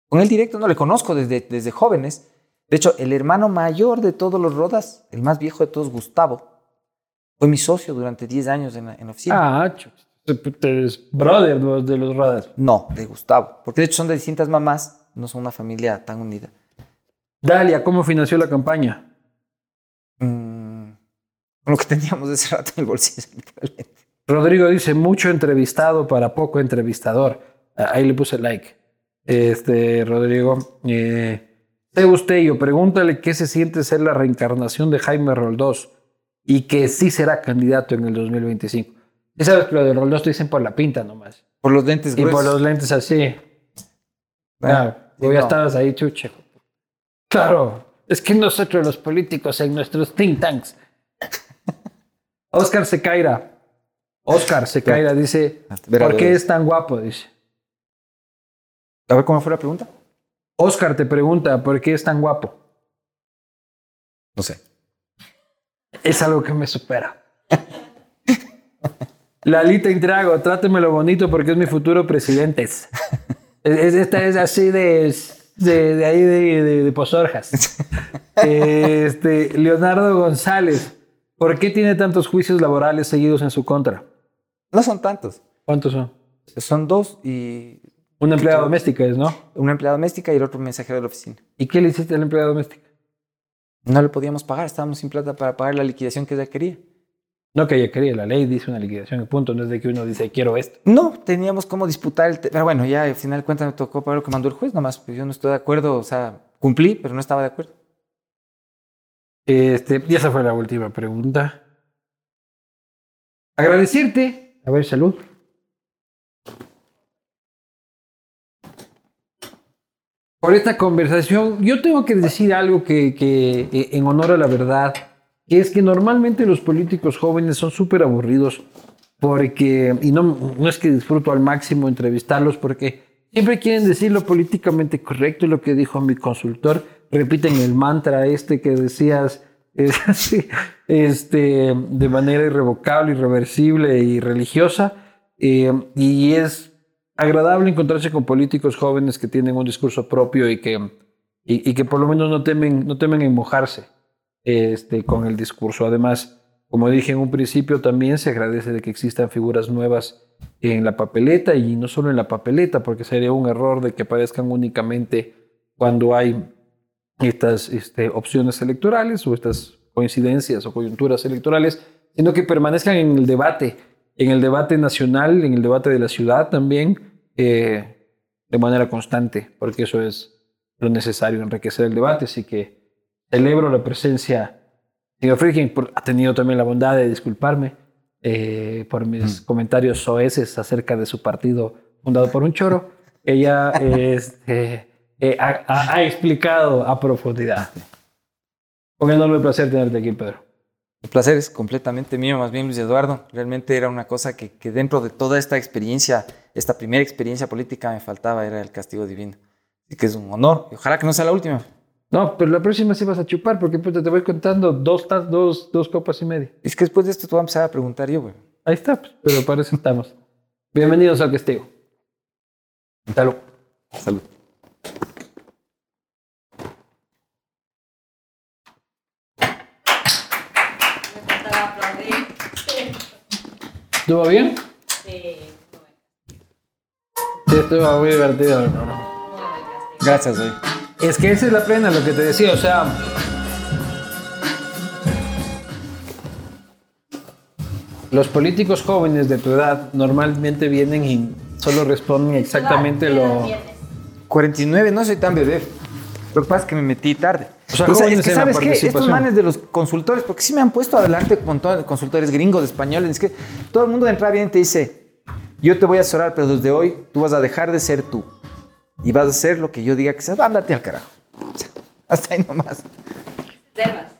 Con él directo no le conozco desde, desde jóvenes. De hecho, el hermano mayor de todos los Rodas, el más viejo de todos, Gustavo, fue mi socio durante 10 años en la, en la oficina.
Ah, chus. Eres brother vos, de los Rodas.
No, de Gustavo, porque de hecho son de distintas mamás, no son una familia tan unida.
Dalia, ¿cómo financió la campaña?
Mm, con lo que teníamos ese rato en el bolsillo. literalmente.
Rodrigo dice, mucho entrevistado para poco entrevistador. Ah, Ahí le puse like. Este, Rodrigo. eh, Teo pregúntale qué se siente ser la reencarnación de Jaime Roldós y que sí será candidato en el 2025. Ya sabes que lo de Roldós te dicen por la pinta nomás.
Por los lentes
Y
gruesos.
por los lentes así.
Bueno,
Ah,
sí,
vos ya
no.
estabas ahí, chuche. Claro, es que nosotros los políticos en nuestros think tanks. Oscar Secaira. Oscar Secaira dice,
Verá,
¿por qué
verá.
es tan guapo? Dice.
A ver cómo fue la pregunta.
Oscar te pregunta, ¿por qué es tan guapo?
No sé.
Es algo que me supera. Lalita Intrago, trátemelo bonito porque es mi futuro presidente. Es- es- Esta es así de, de, de ahí de, de, de Pozorjas. Este, Leonardo González, ¿por qué tiene tantos juicios laborales seguidos en su contra?
No son tantos.
¿Cuántos son?
Son dos y
Una empleada doméstica es, ¿no?
una empleada doméstica y el otro mensajero de la oficina.
¿Y qué le hiciste a la empleada doméstica?
No le podíamos pagar, estábamos sin plata para pagar la liquidación que ella quería.
No que ella quería, la ley dice una liquidación y punto. No es de que uno dice, quiero esto.
No, teníamos cómo disputar el... te- Pero bueno, ya al final de cuentas me tocó pagar lo que mandó el juez, nomás pues yo no estoy de acuerdo, o sea, cumplí, pero no estaba de acuerdo.
Este, y esa fue la última pregunta. Agradecerte. A ver, salud. Por esta conversación, yo tengo que decir algo que, que, eh, en honor a la verdad, que es que normalmente los políticos jóvenes son súper aburridos porque, y no, no es que disfruto al máximo entrevistarlos porque siempre quieren decir lo políticamente correcto y lo que dijo mi consultor, repiten el mantra este que decías es así, este, de manera irrevocable, irreversible y religiosa, eh, y es agradable encontrarse con políticos jóvenes que tienen un discurso propio y que, y, y que por lo menos no temen, no temen en mojarse este, con el discurso. Además, como dije en un principio, también se agradece de que existan figuras nuevas en la papeleta y no solo en la papeleta, porque sería un error de que aparezcan únicamente cuando hay estas este, opciones electorales o estas coincidencias o coyunturas electorales, sino que permanezcan en el debate, en el debate nacional, en el debate de la ciudad también, eh, de manera constante, porque eso es lo necesario, enriquecer el debate. Así que celebro la presencia de señor Friedkin, por- ha tenido también la bondad de disculparme eh, por mis comentarios soeces acerca de su partido fundado por un choro. Ella este, eh, ha, ha- ha explicado a profundidad. Un enorme placer tenerte aquí, Pedro.
El placer es completamente mío, más bien Luis Eduardo. Realmente era una cosa que, que dentro de toda esta experiencia, esta primera experiencia política me faltaba, era el castigo divino. Así que es un honor y ojalá que no sea la última.
No, pero la próxima sí vas a chupar, porque puta, te voy contando dos, tas- dos, dos copas y media.
Es que después de esto te voy a empezar a preguntar yo, güey.
Ahí está, pues, pero para eso estamos. Bienvenidos al Castigo. Salud.
Salud.
¿Estuvo bien? Sí, estuvo muy divertido. hermano.
Gracias, güey.
Es que esa es la plena, lo que te decía, o sea. Los políticos jóvenes de tu edad normalmente vienen y solo responden exactamente lo. O
49, no soy tan bebé. Lo que pasa es que me metí tarde.
O sea,
es
jóvenes
que,
en la
¿sabes qué? Estos
participación.
manes de los consultores, porque sí me han puesto adelante con todos los consultores gringos, españoles, es que todo el mundo de entrada viene y te dice, yo te voy a asesorar, pero desde hoy tú vas a dejar de ser tú y vas a hacer lo que yo diga que seas, ándate al carajo. Hasta ahí nomás.
Reservas.